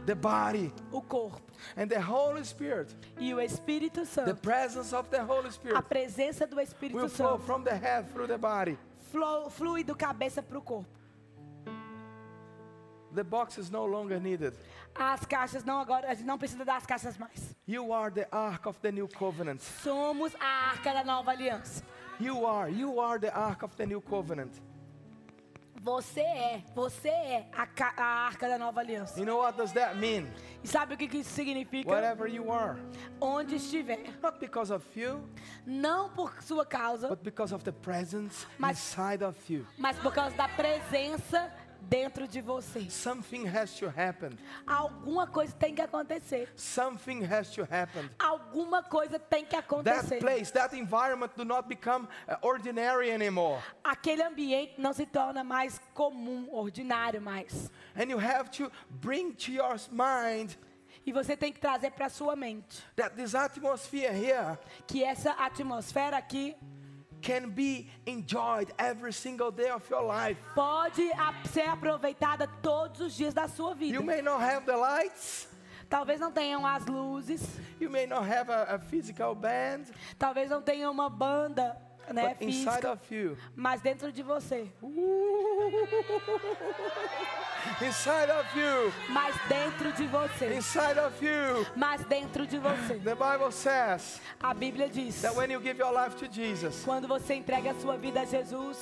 S1: The body
S2: O corpo.
S1: and the Holy Spirit.
S2: E o Espírito
S1: The
S2: Santo.
S1: presence of the Holy
S2: A
S1: Spirit
S2: presença do
S1: will
S2: Espírito
S1: flow
S2: Santo
S1: from the head through the body.
S2: flo- flui do cabeça para o corpo.
S1: The box is no longer needed.
S2: As caixas não agora, a gente não precisa das caixas mais.
S1: You are the ark of the new covenant.
S2: Somos a arca da nova aliança.
S1: You are, you are the ark of the new covenant.
S2: Você é, você é a, ca- a arca da nova aliança.
S1: You know what does that mean?
S2: E sabe o que que isso significa?
S1: Wherever you are,
S2: Onde estiver.
S1: not because of you,
S2: Não por sua causa,
S1: but because of the presence
S2: Mas-
S1: inside of you.
S2: mas por causa da presença dentro de você.
S1: Something has to happen.
S2: Alguma coisa tem que acontecer.
S1: Something has to happen.
S2: Alguma coisa tem que
S1: That
S2: acontecer.
S1: place, that environment do not become uh, ordinary anymore.
S2: Aquele ambiente não se torna mais comum, ordinário mais.
S1: And you have to bring to your mind
S2: E você tem que trazer para sua mente
S1: that this atmosphere here
S2: que essa atmosfera aqui
S1: can be enjoyed every single day of your life.
S2: pode a- ser aproveitada todos os dias da sua
S1: You
S2: vida.
S1: may not have the lights,
S2: Talvez não tenham as luzes,
S1: you may not have a, a physical band,
S2: talvez não tenha uma banda, né,
S1: but inside
S2: física,
S1: of you,
S2: mas dentro de você,
S1: (laughs) inside of you,
S2: mas dentro de você,
S1: inside of you,
S2: mas dentro de você.
S1: the Bible says
S2: A Bíblia diz:
S1: that when you give your life to Jesus,
S2: quando você entrega a sua vida a Jesus,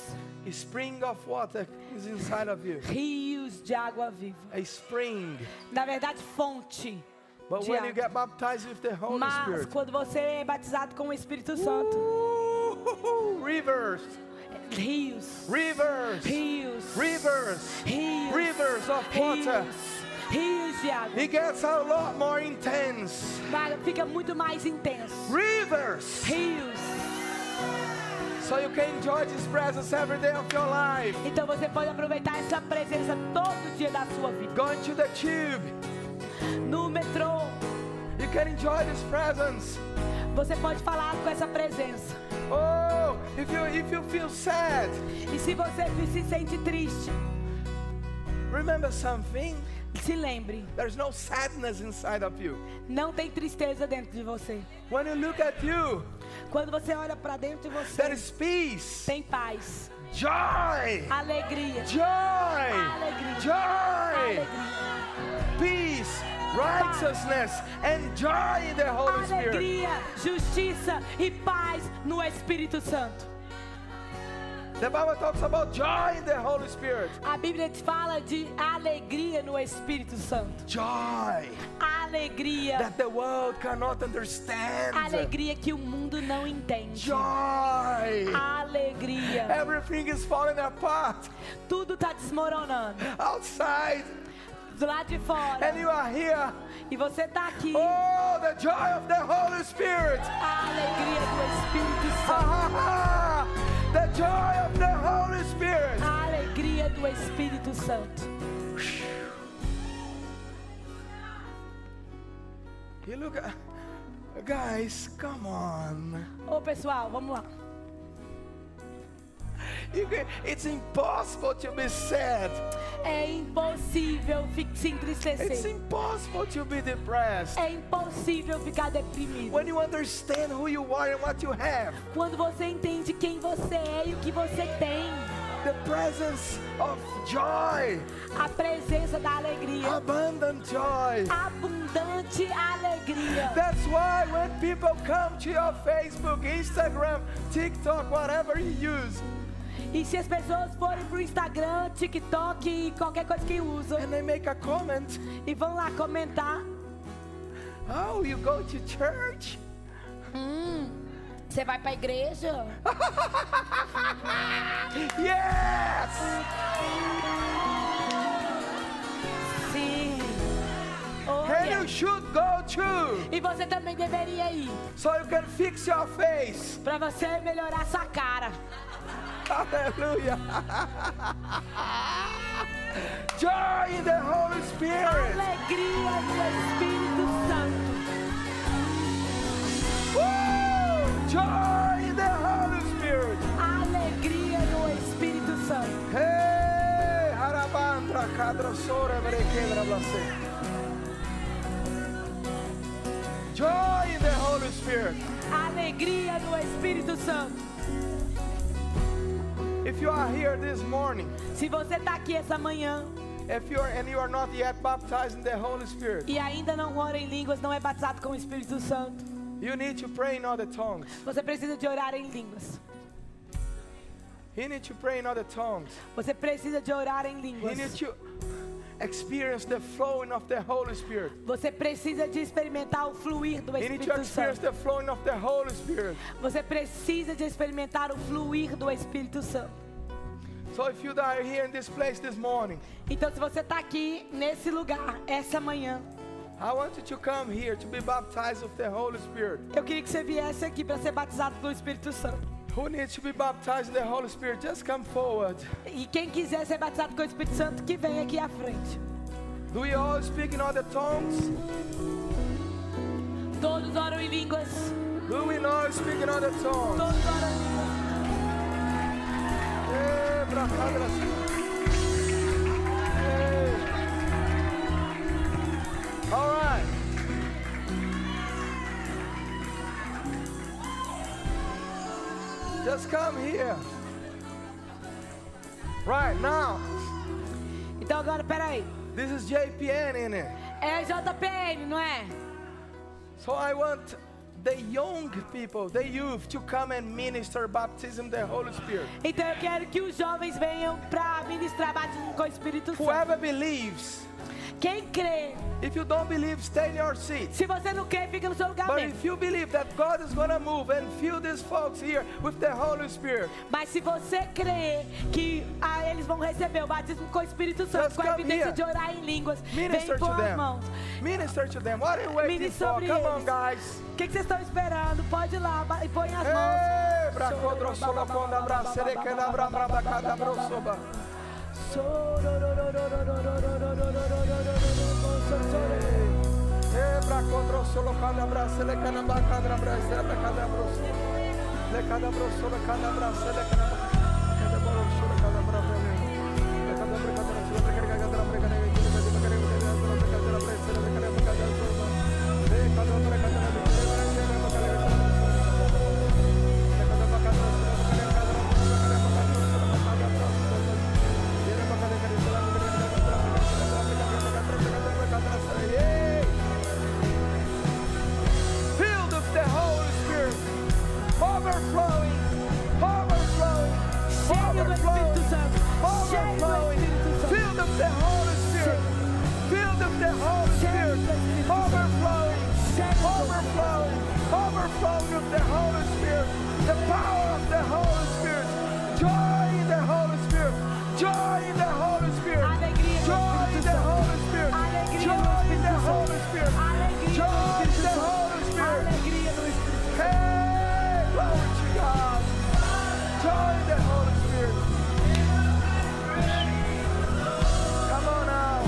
S1: a spring of water is inside of you.
S2: rios de água viva.
S1: A spring.
S2: Na verdade, fonte.
S1: But
S2: de
S1: when you
S2: água.
S1: get baptized with the Holy
S2: Mas
S1: Spirit,
S2: quando você é batizado com o Espírito Santo,
S1: Ooh, rivers,
S2: rios,
S1: rivers,
S2: rios,
S1: rivers,
S2: rios,
S1: rivers of water.
S2: rios, rios de água.
S1: It gets a lot more intense.
S2: Vai- Fica muito mais intenso.
S1: Rivers.
S2: Rios.
S1: So you can enjoy this presence every day of your life.
S2: Então você pode aproveitar essa presença todo dia da sua vida.
S1: Going to the tube,
S2: No metrô,
S1: you can enjoy this presence.
S2: você pode falar com essa presença.
S1: Oh, if you if you feel sad,
S2: E se você se sente triste,
S1: remember something.
S2: se lembre,
S1: There's no sadness inside of you.
S2: não tem tristeza dentro de você.
S1: When you look at you,
S2: Quando você olha pra dentro de você,
S1: there is peace,
S2: tem paz,
S1: joy,
S2: alegria,
S1: joy,
S2: Alegria.
S1: joy,
S2: alegria,
S1: peace, righteousness, and joy in the Holy Spirit.
S2: alegria, justiça e paz no Espírito Santo.
S1: The Bible talks about joy in the Holy Spirit.
S2: A Bíblia te fala de alegria no Espírito Santo.
S1: Joy
S2: Alegria
S1: that the world cannot understand.
S2: Alegria que o mundo não entende.
S1: Joy.
S2: Alegria.
S1: Everything is falling apart
S2: Tudo tá desmoronando.
S1: outside,
S2: Do lado de fora.
S1: and you are here.
S2: E você tá aqui.
S1: Oh, the joy of the Holy Spirit.
S2: A alegria do Espírito
S1: Ah, ah,
S2: Santo.
S1: ah. (laughs) The joy of the Holy Spirit.
S2: A alegria do Espírito Santo.
S1: You look, at, guys, come on.
S2: Ô pessoal, vamos lá.
S1: You can, it's impossible to be sad.
S2: É impossível fi- se
S1: It's
S2: entristecer.
S1: impossible to be depressed.
S2: É impossível ficar deprimido.
S1: When you understand who you are and what you have,
S2: Quando você entende quem você é e o que você tem,
S1: the presence of joy,
S2: a presença da alegria,
S1: abundant joy.
S2: abundante alegria.
S1: That's why when people come to your Facebook, Instagram, TikTok, whatever you use,
S2: E se as pessoas forem pro Instagram, TikTok e qualquer coisa que usam
S1: and they make a comment,
S2: e vão lá comentar,
S1: oh, you go to church?
S2: você vai pra igreja?
S1: Yes!
S2: Sim. Oh,
S1: And
S2: yeah.
S1: you should go too,
S2: E você também deveria ir
S1: so you can fix your face. (laughs)
S2: pra você melhorar sua cara.
S1: Hallelujah! (laughs) Joy in the Holy Spirit!
S2: Alegria do Espírito Santo.
S1: Woo! Joy in the Holy Spirit!
S2: Alegria do Espírito Santo.
S1: Hey, harabantra, cadrosora, brequebra, blase. Joy in the Holy Spirit.
S2: Alegria do Espírito Santo.
S1: If you are here this morning,
S2: Se você tá aqui essa manhã
S1: if you are and you are not yet baptized in the Holy Spirit,
S2: e ainda não ora em línguas, não é batizado com o Espírito Santo,
S1: you need to pray in other tongues.
S2: você precisa de orar em línguas.
S1: You need to pray in other tongues.
S2: Você precisa de orar em
S1: You need
S2: línguas.
S1: to experience the flowing of the Holy Spirit.
S2: Você precisa de experimentar o fluir do
S1: You need to
S2: Espírito
S1: experience
S2: Santo.
S1: the flowing of the Holy Spirit.
S2: Você precisa de experimentar o fluir do Espírito Santo.
S1: So if you are here in this place this morning,
S2: Então, se você está aqui nesse lugar essa manhã,
S1: I want you to come here to be baptized with the Holy Spirit.
S2: eu queria que você viesse aqui para ser batizado pelo Espírito Santo.
S1: Who needs to be baptized in the Holy Spirit? Just come forward.
S2: E quem quiser ser batizado com o Espírito Santo, que vem aqui à frente.
S1: Do we all speak in other tongues?
S2: Todos oram em línguas.
S1: Do we not speak in other tongues?
S2: Todos oram em línguas.
S1: Eh, pra cá, pra cima. Eh. All right. Just come here. Right now,
S2: Então, agora, peraí.
S1: this is JPN in it.
S2: É JPN, não é?
S1: So I want the young people, the youth, to come and minister baptism the Holy Spirit.
S2: Então, eu quero que os jovens venham para ministrar batismo com o Espírito Santo.
S1: Whoever believes,
S2: Quem crê,
S1: if you don't believe, stay in your seats.
S2: se você não crê, fica no seu lugar
S1: But
S2: mesmo.
S1: if you believe that God is gonna move and fill these folks here with the Holy Spirit,
S2: Mas se você crê que ah, eles vão receber o batismo com o Espírito Santo,
S1: Just
S2: com a
S1: come
S2: evidência
S1: here.
S2: de orar em línguas,
S1: minister
S2: vem com
S1: to
S2: as
S1: them.
S2: mãos.
S1: Minister to them. What are you waiting
S2: Minister
S1: for?
S2: sobre
S1: Come on,
S2: eles.
S1: guys.
S2: O que, que vocês estão esperando? Pode ir lá ba- e põe as mãos.
S1: Hey, bracodro solo ponda bra, serequena bra, bra, bacada, bro, soba. Hey, bracodro solo ponda bra, serequena bra, cadra bra, serequena bro, soba. Lekada bro, solo cada bra, serequena bra. Cada bro, solo cada bra, bra. Lekada bra, cada solo bra, cada bra, bra, cada bra, cada bra, cada bra, cada bra, serequena bra, cada soba. Hey, cada bra, cada bra, serequena bra, cada bra, soba. Filled with the Holy Spirit, overflowing, overflowing,
S2: Cheio do
S1: overflowing,
S2: Espírito Santo. Cheio do
S1: overflowing.
S2: Espírito Santo.
S1: Filled with the Holy Spirit, filled with the Holy Spirit, overflowing, overflowing, overflowing of the Holy Spirit, the power of the Holy Spirit, joy in the Holy Spirit, joy in the Holy Spirit,
S2: Alegria do
S1: joy in the Holy Spirit,
S2: Alegria do
S1: joy in the
S2: Espírito Santo.
S1: Holy Spirit,
S2: Alegria
S1: joy
S2: do
S1: in
S2: Espírito
S1: the
S2: Santo.
S1: Holy Spirit.
S2: Alegria do Espírito Santo.
S1: Hey, glory to God. Joy in the Holy Spirit. Come on now.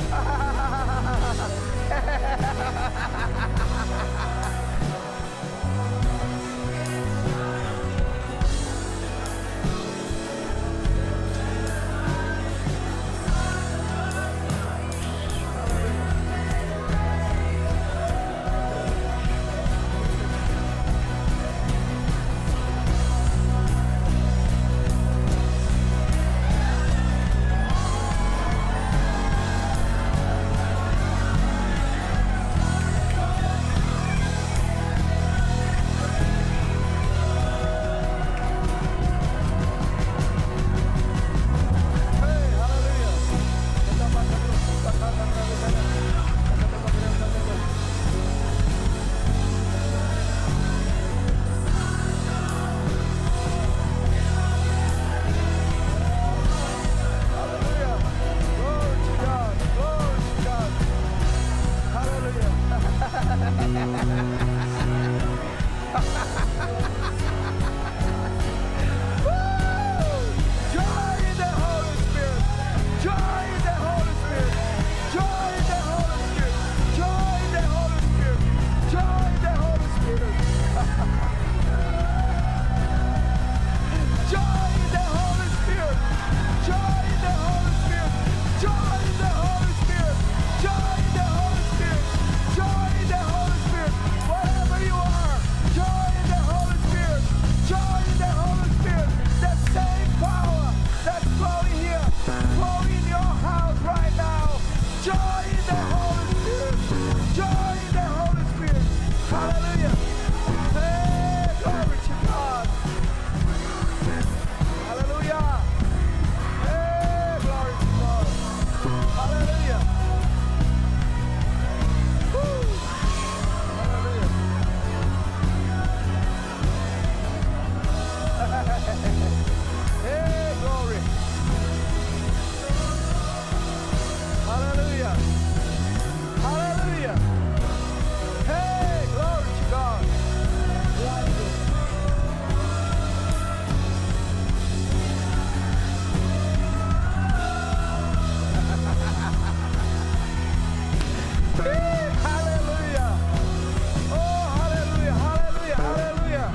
S1: Oh, Hallelujah.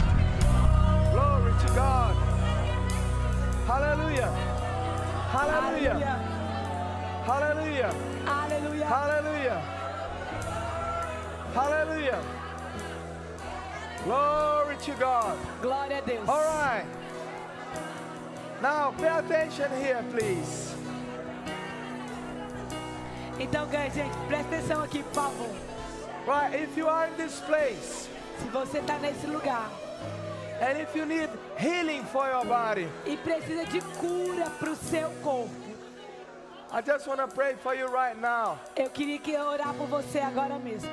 S1: Glory to God.
S2: Glória a Deus.
S1: All right. Now pay attention here, please.
S2: Então, guys, gente, presta atenção aqui, por favor.
S1: Right, if you are in this place
S2: Se você está nesse lugar
S1: and if you need healing for your body,
S2: e precisa de cura para o seu corpo,
S1: I just want to pray for you right now.
S2: eu queria que eu orar por você agora mesmo.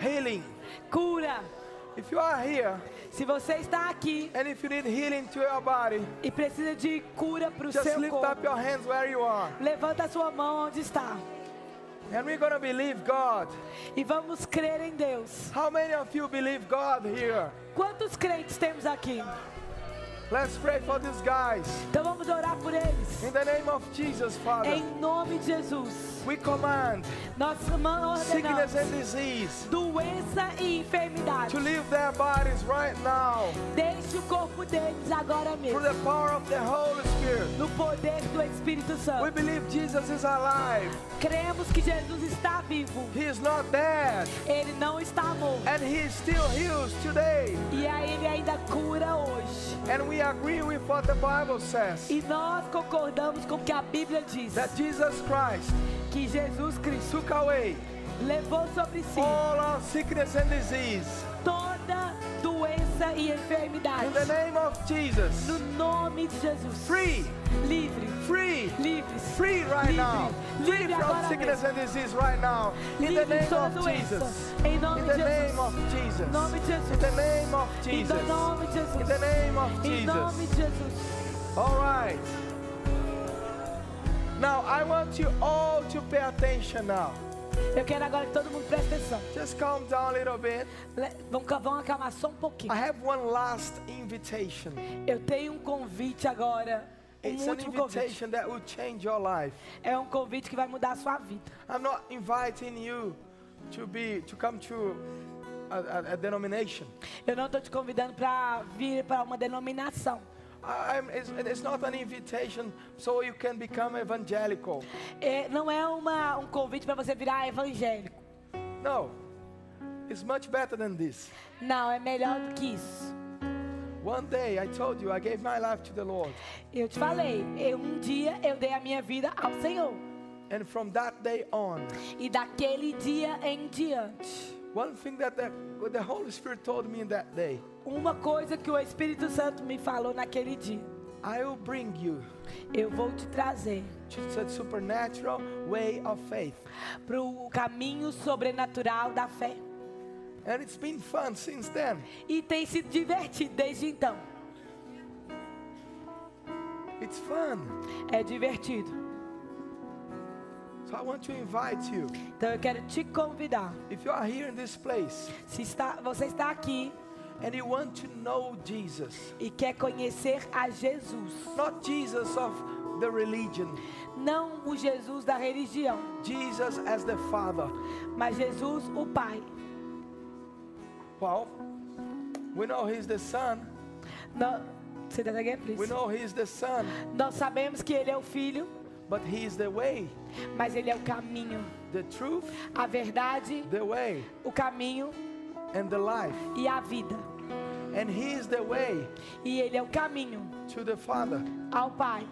S1: Healing.
S2: Cura.
S1: If you are here
S2: Se você está aqui
S1: and if you need healing to your body,
S2: e precisa de cura para o
S1: just
S2: seu
S1: lift
S2: corpo,
S1: up your hands where you are.
S2: levanta a sua mão onde está.
S1: And we're going to believe God.
S2: E vamos crer em Deus.
S1: How many of you believe God here?
S2: Quantos crentes temos aqui?
S1: Let's pray for these guys.
S2: Então vamos orar por eles.
S1: In the name of Jesus, Father,
S2: Em nome de Jesus.
S1: we command
S2: Nós ordenamos
S1: sickness and disease
S2: doença e enfermidade.
S1: to leave their bodies right now
S2: Deixe o corpo deles agora mesmo.
S1: through the power of the Holy Spirit.
S2: No poder do Espírito
S1: We
S2: Santo.
S1: believe Jesus is alive.
S2: Cremos que Jesus está vivo.
S1: He is not dead.
S2: Ele não está morto.
S1: And He still heals today.
S2: E aí ele ainda cura hoje.
S1: And we agree with what the Bible says
S2: E nós concordamos com o que a Bíblia diz.
S1: that Jesus Christ
S2: Que Jesus Cristo
S1: took away
S2: levou sobre si
S1: all our sickness and disease.
S2: toda doença
S1: In
S2: e
S1: the
S2: enfermidade.
S1: name of Jesus.
S2: No nome de Jesus.
S1: Free,
S2: Livre.
S1: free,
S2: Livres.
S1: free right
S2: livre.
S1: now. Free
S2: Livre
S1: from
S2: agora
S1: sickness
S2: mesmo.
S1: and disease right now. In the
S2: Livre de
S1: name
S2: toda
S1: of
S2: doença.
S1: Jesus.
S2: Em nome
S1: In the
S2: de
S1: name
S2: Jesus.
S1: of Jesus.
S2: Em nome de Jesus.
S1: In the name of Jesus.
S2: Em nome de Jesus.
S1: In the name of
S2: Em nome
S1: Jesus.
S2: de Jesus.
S1: All right. Now I want you all to pay attention now.
S2: Eu quero agora que todo mundo preste atenção.
S1: Just calm down a little bit.
S2: Le- Vamos, ca- vamos acalmar só um pouquinho.
S1: I have one last invitation.
S2: Eu tenho um convite agora. Um
S1: It's an
S2: último convite.
S1: invitation that will change your life.
S2: É um convite que vai mudar a sua vida.
S1: I'm not inviting you to be to come to a, a, a denomination.
S2: Eu não estou te convidando para vir para uma denominação.
S1: I- I'm, it's, it's not an invitation so you can become evangelical.
S2: É, não é uma, um convite para você virar evangélico.
S1: No, it's much better than this.
S2: Não, é melhor do que isso.
S1: One day I told you I gave my life to the Lord,
S2: Eu te falei, eu, um dia eu dei a minha vida ao Senhor.
S1: and from that day on,
S2: E daquele dia em diante,
S1: one thing that the, what the Holy Spirit told me in that day,
S2: uma coisa que o Espírito Santo me falou naquele dia,
S1: I will bring you
S2: eu vou te trazer
S1: to a supernatural way of faith.
S2: para o caminho sobrenatural da fé.
S1: And it's been fun since then.
S2: E tem se divertido desde então.
S1: It's fun.
S2: É divertido.
S1: So I want to invite you.
S2: Então eu quero te convidar.
S1: If you are here in this place
S2: Se está, você está aqui
S1: and you want to know Jesus,
S2: e quer conhecer a Jesus,
S1: not Jesus of the religion,
S2: não o Jesus da religião,
S1: Jesus as the Father.
S2: mas Jesus o Pai.
S1: Well, we know He's the Son.
S2: Nó- Say that again,
S1: We
S2: please.
S1: know He's the Son,
S2: tá Nós sabemos que Ele é o Filho,
S1: but He is the way,
S2: mas Ele é o caminho,
S1: the truth,
S2: a verdade,
S1: the way,
S2: o caminho
S1: and the life.
S2: e a vida.
S1: And He is the way
S2: E Ele é o caminho
S1: to the Father.
S2: ao Pai.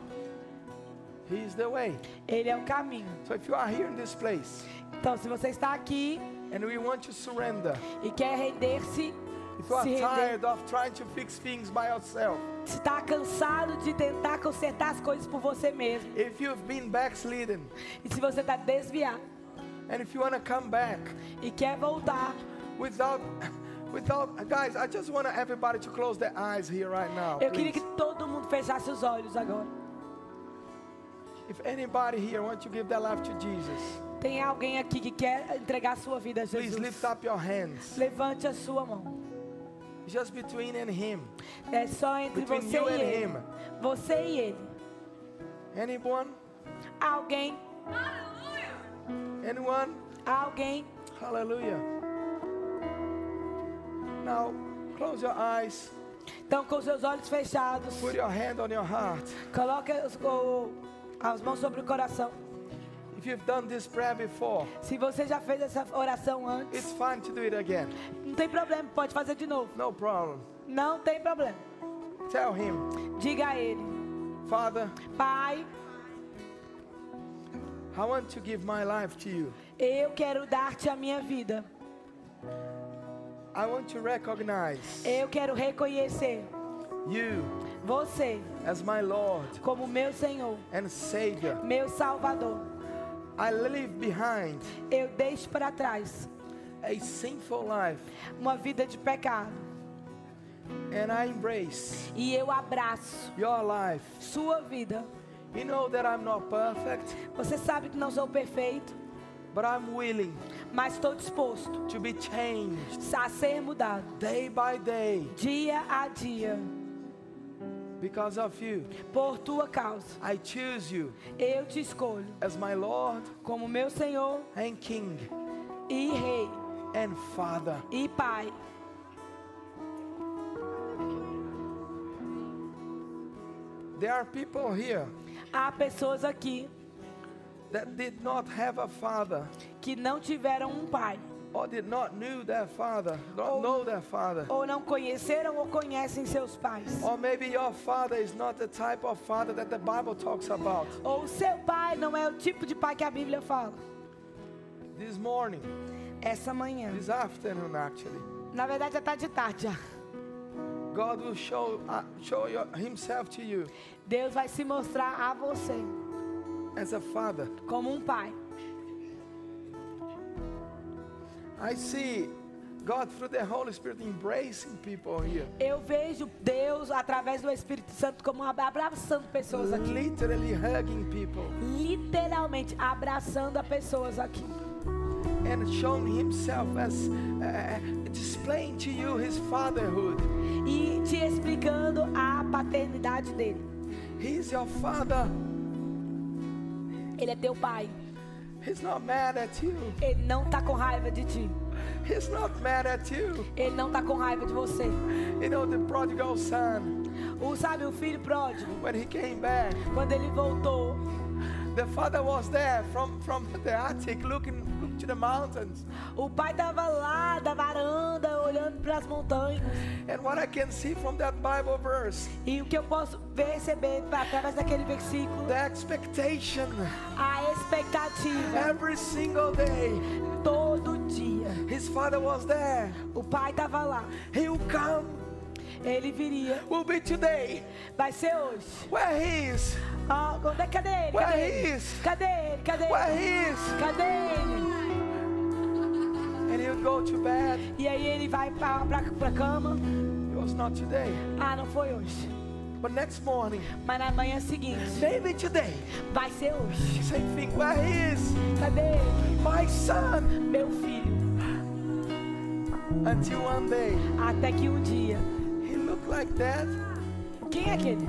S1: He is the way.
S2: Ele é o caminho.
S1: So if you are here in this place
S2: Então, se você está aqui
S1: and we want to surrender,
S2: e quer render-se,
S1: if you are
S2: se render,
S1: tired of trying to fix things by yourself,
S2: se está tá cansado de tentar consertar as coisas por você mesmo,
S1: if you've been backslidden,
S2: e se você está desviado
S1: and if you want to come back
S2: e quer voltar,
S1: without, (laughs) without, guys, I just want everybody to close their eyes here right now.
S2: eu queria
S1: please.
S2: que todo mundo fechasse os olhos agora.
S1: If anybody here wants to give their life to Jesus,
S2: Tem alguém aqui que quer entregar sua vida a
S1: please
S2: Jesus?
S1: lift up your hands.
S2: Levante a sua mão.
S1: Just between and Him.
S2: É só entre
S1: Between
S2: você
S1: you and
S2: e ele.
S1: him.
S2: Você e ele.
S1: Anyone?
S2: Alguém,
S1: Anyone?
S2: alguém.
S1: Hallelujah. Now, close your eyes.
S2: Então, com seus olhos fechados,
S1: Put your hand on your heart.
S2: coloque os- o- as mãos sobre o coração.
S1: If If you've done this prayer before,
S2: Se você já fez essa oração
S1: it's
S2: antes,
S1: fine to do it again.
S2: não tem problema, pode fazer de novo.
S1: No problem.
S2: Não tem problema.
S1: Tell him,
S2: Diga a ele:
S1: Father,
S2: Pai,
S1: I want to give my life to you.
S2: eu quero dar-te a minha vida.
S1: I want to recognize
S2: Eu quero reconhecer
S1: you
S2: você
S1: as my Lord
S2: como meu Senhor,
S1: and Savior.
S2: meu Salvador.
S1: I leave behind
S2: Eu deixo para trás
S1: a sinful life
S2: uma vida de pecado
S1: and I embrace
S2: e eu abraço
S1: your life.
S2: sua vida.
S1: You know that I'm not perfect,
S2: Você sabe que não sou perfeito,
S1: but I'm willing
S2: mas estou disposto
S1: to be changed
S2: a ser mudado
S1: day by day
S2: dia a dia
S1: because of you.
S2: por tua causa.
S1: I choose you
S2: Eu te escolho
S1: as my Lord
S2: como meu Senhor
S1: and King
S2: e Rei
S1: and Father.
S2: e Pai.
S1: There are people here
S2: Há pessoas aqui
S1: that did not have a father
S2: que não tiveram um pai,
S1: or did not knew their father,
S2: Oh.
S1: not know their father.
S2: ou não conheceram ou conhecem seus pais.
S1: Or maybe your father is not the type of father that the Bible talks about.
S2: Ou seu pai não é o tipo de pai que a Bíblia fala.
S1: This morning,
S2: Essa manhã,
S1: this afternoon actually,
S2: na verdade já está de tarde já.
S1: God will show, uh, show your, himself to you
S2: Deus vai se mostrar a você
S1: as a father.
S2: como um pai.
S1: I see God through the Holy Spirit embracing people here.
S2: Eu vejo Deus através do Espírito Santo como abra- abraçando pessoas aqui.
S1: Literally hugging people
S2: Literalmente abraçando a pessoas aqui.
S1: and showing himself as uh, displaying to you his fatherhood.
S2: E te explicando a paternidade dele.
S1: He's your father.
S2: Ele é teu pai.
S1: He's not mad at you.
S2: Ele não tá com raiva de ti.
S1: He's not mad at you.
S2: Ele não tá com raiva de você.
S1: You know the prodigal son
S2: O sabe o filho pródigo,
S1: when he came back,
S2: quando ele voltou,
S1: the father was there from from the attic looking look to the mountains.
S2: o pai tava lá da varanda olhando para as montanhas.
S1: And what I can see from that Bible verse,
S2: E o que eu posso perceber através daquele versículo,
S1: the expectation
S2: a expectativa
S1: every single day.
S2: todo dia.
S1: His father was there.
S2: O pai tava lá.
S1: He will come.
S2: Ele viria.
S1: Will be today.
S2: Vai ser hoje.
S1: Where he is.
S2: Ah, onde é? Cadê ele? Cadê
S1: Where he
S2: ele?
S1: is.
S2: Cadê ele? Cadê
S1: Where
S2: ele?
S1: he is.
S2: Cadê ele?
S1: And he'll go to bed.
S2: E aí ele vai pra, pra, pra cama.
S1: It was not today.
S2: Ah, não foi hoje.
S1: But next morning,
S2: Mas na manhã seguinte,
S1: maybe today,
S2: vai ser hoje.
S1: same thing. Where he is.
S2: Cadê ele?
S1: My son.
S2: Meu filho.
S1: Until one day,
S2: Até que um dia.
S1: he looked like that.
S2: Quem é aquele?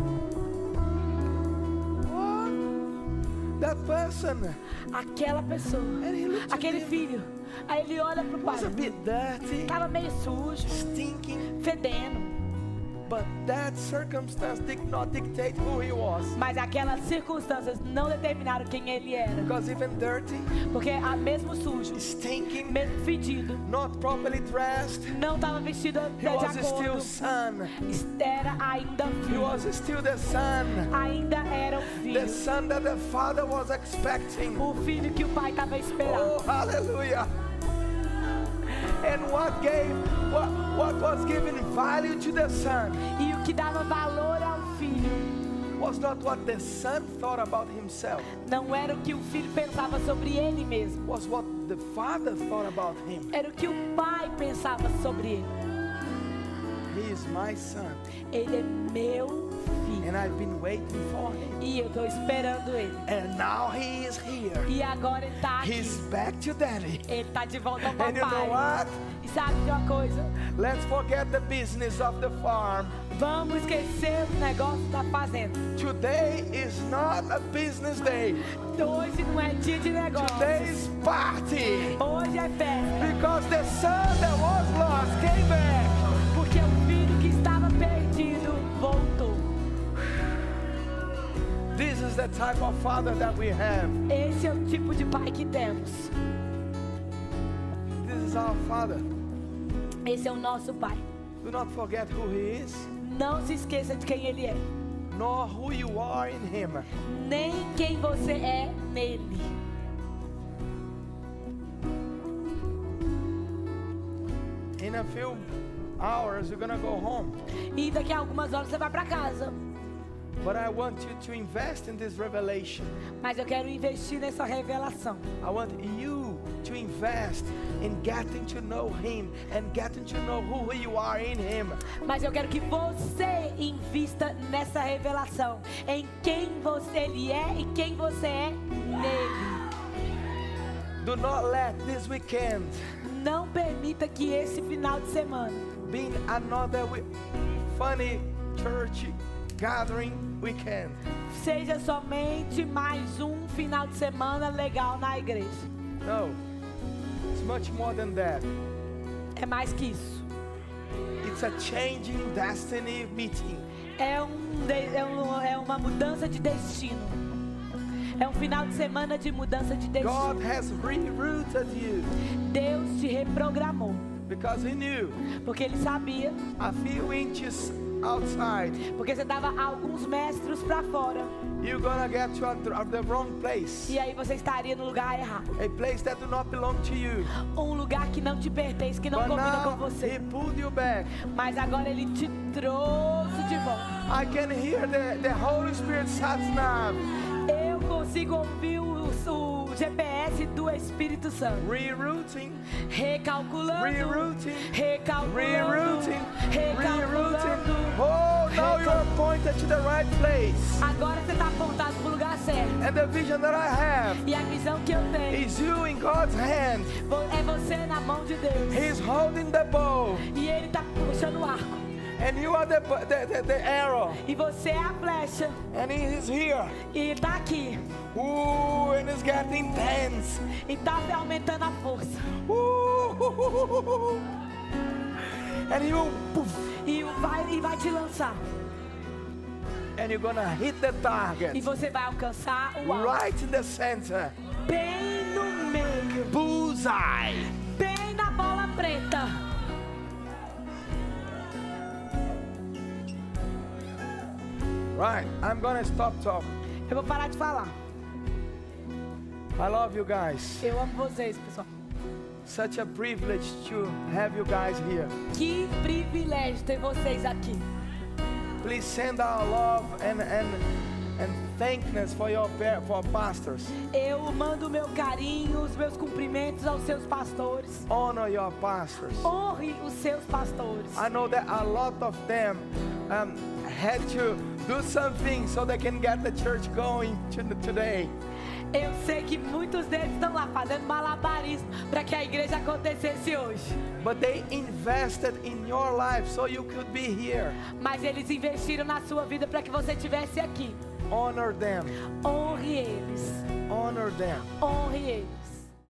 S1: What? That person.
S2: Aquela pessoa.
S1: And he looked at
S2: Aquele
S1: him.
S2: filho. Aí ele olha pro
S1: was a
S2: pai.
S1: bit dirty,
S2: Tava meio sujo,
S1: stinking.
S2: fedendo.
S1: But that circumstance did not dictate who he was.
S2: Mas aquelas circunstâncias não determinaram quem ele era.
S1: Because even dirty,
S2: Porque a, mesmo sujo,
S1: stinking,
S2: mesmo fedido,
S1: not properly dressed.
S2: não estava vestido
S1: He
S2: de
S1: was
S2: acordo.
S1: still son.
S2: Era ainda
S1: He
S2: filho.
S1: was still the son.
S2: Ainda era o
S1: The
S2: filho.
S1: son that the father was expecting.
S2: O filho que o pai estava
S1: Oh,
S2: esperando.
S1: hallelujah. And what gave what, what was given value to the son
S2: E o que dava valor ao filho
S1: was not what the son thought about himself,
S2: não era o que o filho pensava sobre ele mesmo.
S1: was what the father thought about him.
S2: Era o que o pai pensava sobre ele.
S1: He is my son,
S2: Ele é meu filho.
S1: and I've been waiting for him.
S2: E eu tô esperando ele.
S1: And now he is here.
S2: E agora ele tá aqui.
S1: He's back to daddy.
S2: Ele tá de volta ao
S1: And you know
S2: papai.
S1: what?
S2: E sabe de uma coisa?
S1: Let's forget the business of the farm.
S2: Vamos esquecer o negócio tá da fazenda.
S1: Today is not a business day.
S2: Hoje não é dia de negócio.
S1: Today is party.
S2: Hoje é festa.
S1: Because the son that was lost came back.
S2: Porque o filho que estava perdido voltou.
S1: This is the type of father that we have.
S2: Esse é o tipo de pai que temos.
S1: This is our father.
S2: Esse é o nosso pai.
S1: Do not forget who he is,
S2: Não se esqueça de quem ele é,
S1: nor who you are in him.
S2: nem quem você é nele.
S1: In a few hours, you're gonna go home.
S2: E daqui a algumas horas você vai para casa.
S1: But I want you to invest in this revelation.
S2: Mas eu quero investir nessa revelação.
S1: I want you to invest in getting to know Him and getting to know who you are in Him.
S2: Mas eu quero que você invista nessa revelação. Em quem você ele é e quem você é nele.
S1: Do not let this weekend
S2: Não permita que esse final de semana
S1: be another we- funny church gathering weekend.
S2: seja somente mais um final de semana legal na igreja.
S1: No, it's much more than that.
S2: É mais que isso.
S1: It's a changing destiny meeting.
S2: É, um de- é um- é uma mudança de destino. É um final de semana de mudança de
S1: God
S2: destino.
S1: has rerouted you
S2: Deus te reprogramou.
S1: because He knew
S2: Porque ele sabia.
S1: a few inches outside
S2: Porque você estava alguns metros para fora.
S1: you're gonna get to a- the wrong place.
S2: E aí você estaria no lugar errado.
S1: A place that do not belong to you.
S2: Um lugar que não te pertence, que (gasps) não
S1: But
S2: combina
S1: now
S2: com
S1: he
S2: você.
S1: pulled you back.
S2: Mas agora ele te trouxe de volta.
S1: I can hear the, the Holy Spirit says now,
S2: Eu consigo ouvir o, o GPS do Espírito Santo.
S1: rerouting,
S2: Recalculando.
S1: Rerouting.
S2: Recalculando.
S1: rerouting, rerouting.
S2: Recalculando.
S1: Oh, now you are pointed to the right place.
S2: Agora você está apontado para o lugar certo.
S1: And the vision that I have
S2: E a visão que eu tenho
S1: is you in God's hand.
S2: vo- é você na mão de Deus.
S1: He's holding the bow,
S2: E ele está puxando o arco.
S1: and you are the, bu- the, the, the arrow,
S2: E você é a flecha.
S1: and He is here.
S2: E tá aqui.
S1: Ooh, and it's getting intense.
S2: E tá aumentando a força.
S1: Ooh, and He will poof,
S2: E vai, e vai te lançar.
S1: and you're gonna hit the target.
S2: E você vai alcançar o alvo.
S1: Right in the center.
S2: Bem no meio.
S1: Bullseye.
S2: Bem na bola preta.
S1: Right. I'm gonna stop talking.
S2: Eu vou parar de falar.
S1: I love you guys.
S2: Eu amo vocês, pessoal.
S1: Such a privilege to have you guys here.
S2: Que privilégio ter vocês aqui.
S1: Please send our love and and and thankness for your pa- for pastors.
S2: Eu mando meu carinho, os meus cumprimentos aos seus pastores.
S1: Honor your pastors.
S2: Honre os seus pastores.
S1: I know that a lot of them um, had to do something so they can get the church going to today.
S2: Eu sei que muitos deles estão lá fazendo malabarismo para que a igreja acontecesse hoje.
S1: But they invested in your life so you could be here.
S2: Mas eles investiram na sua vida para que você estivesse aqui.
S1: Honor them.
S2: Honre eles.
S1: Honor them.
S2: Honre eles.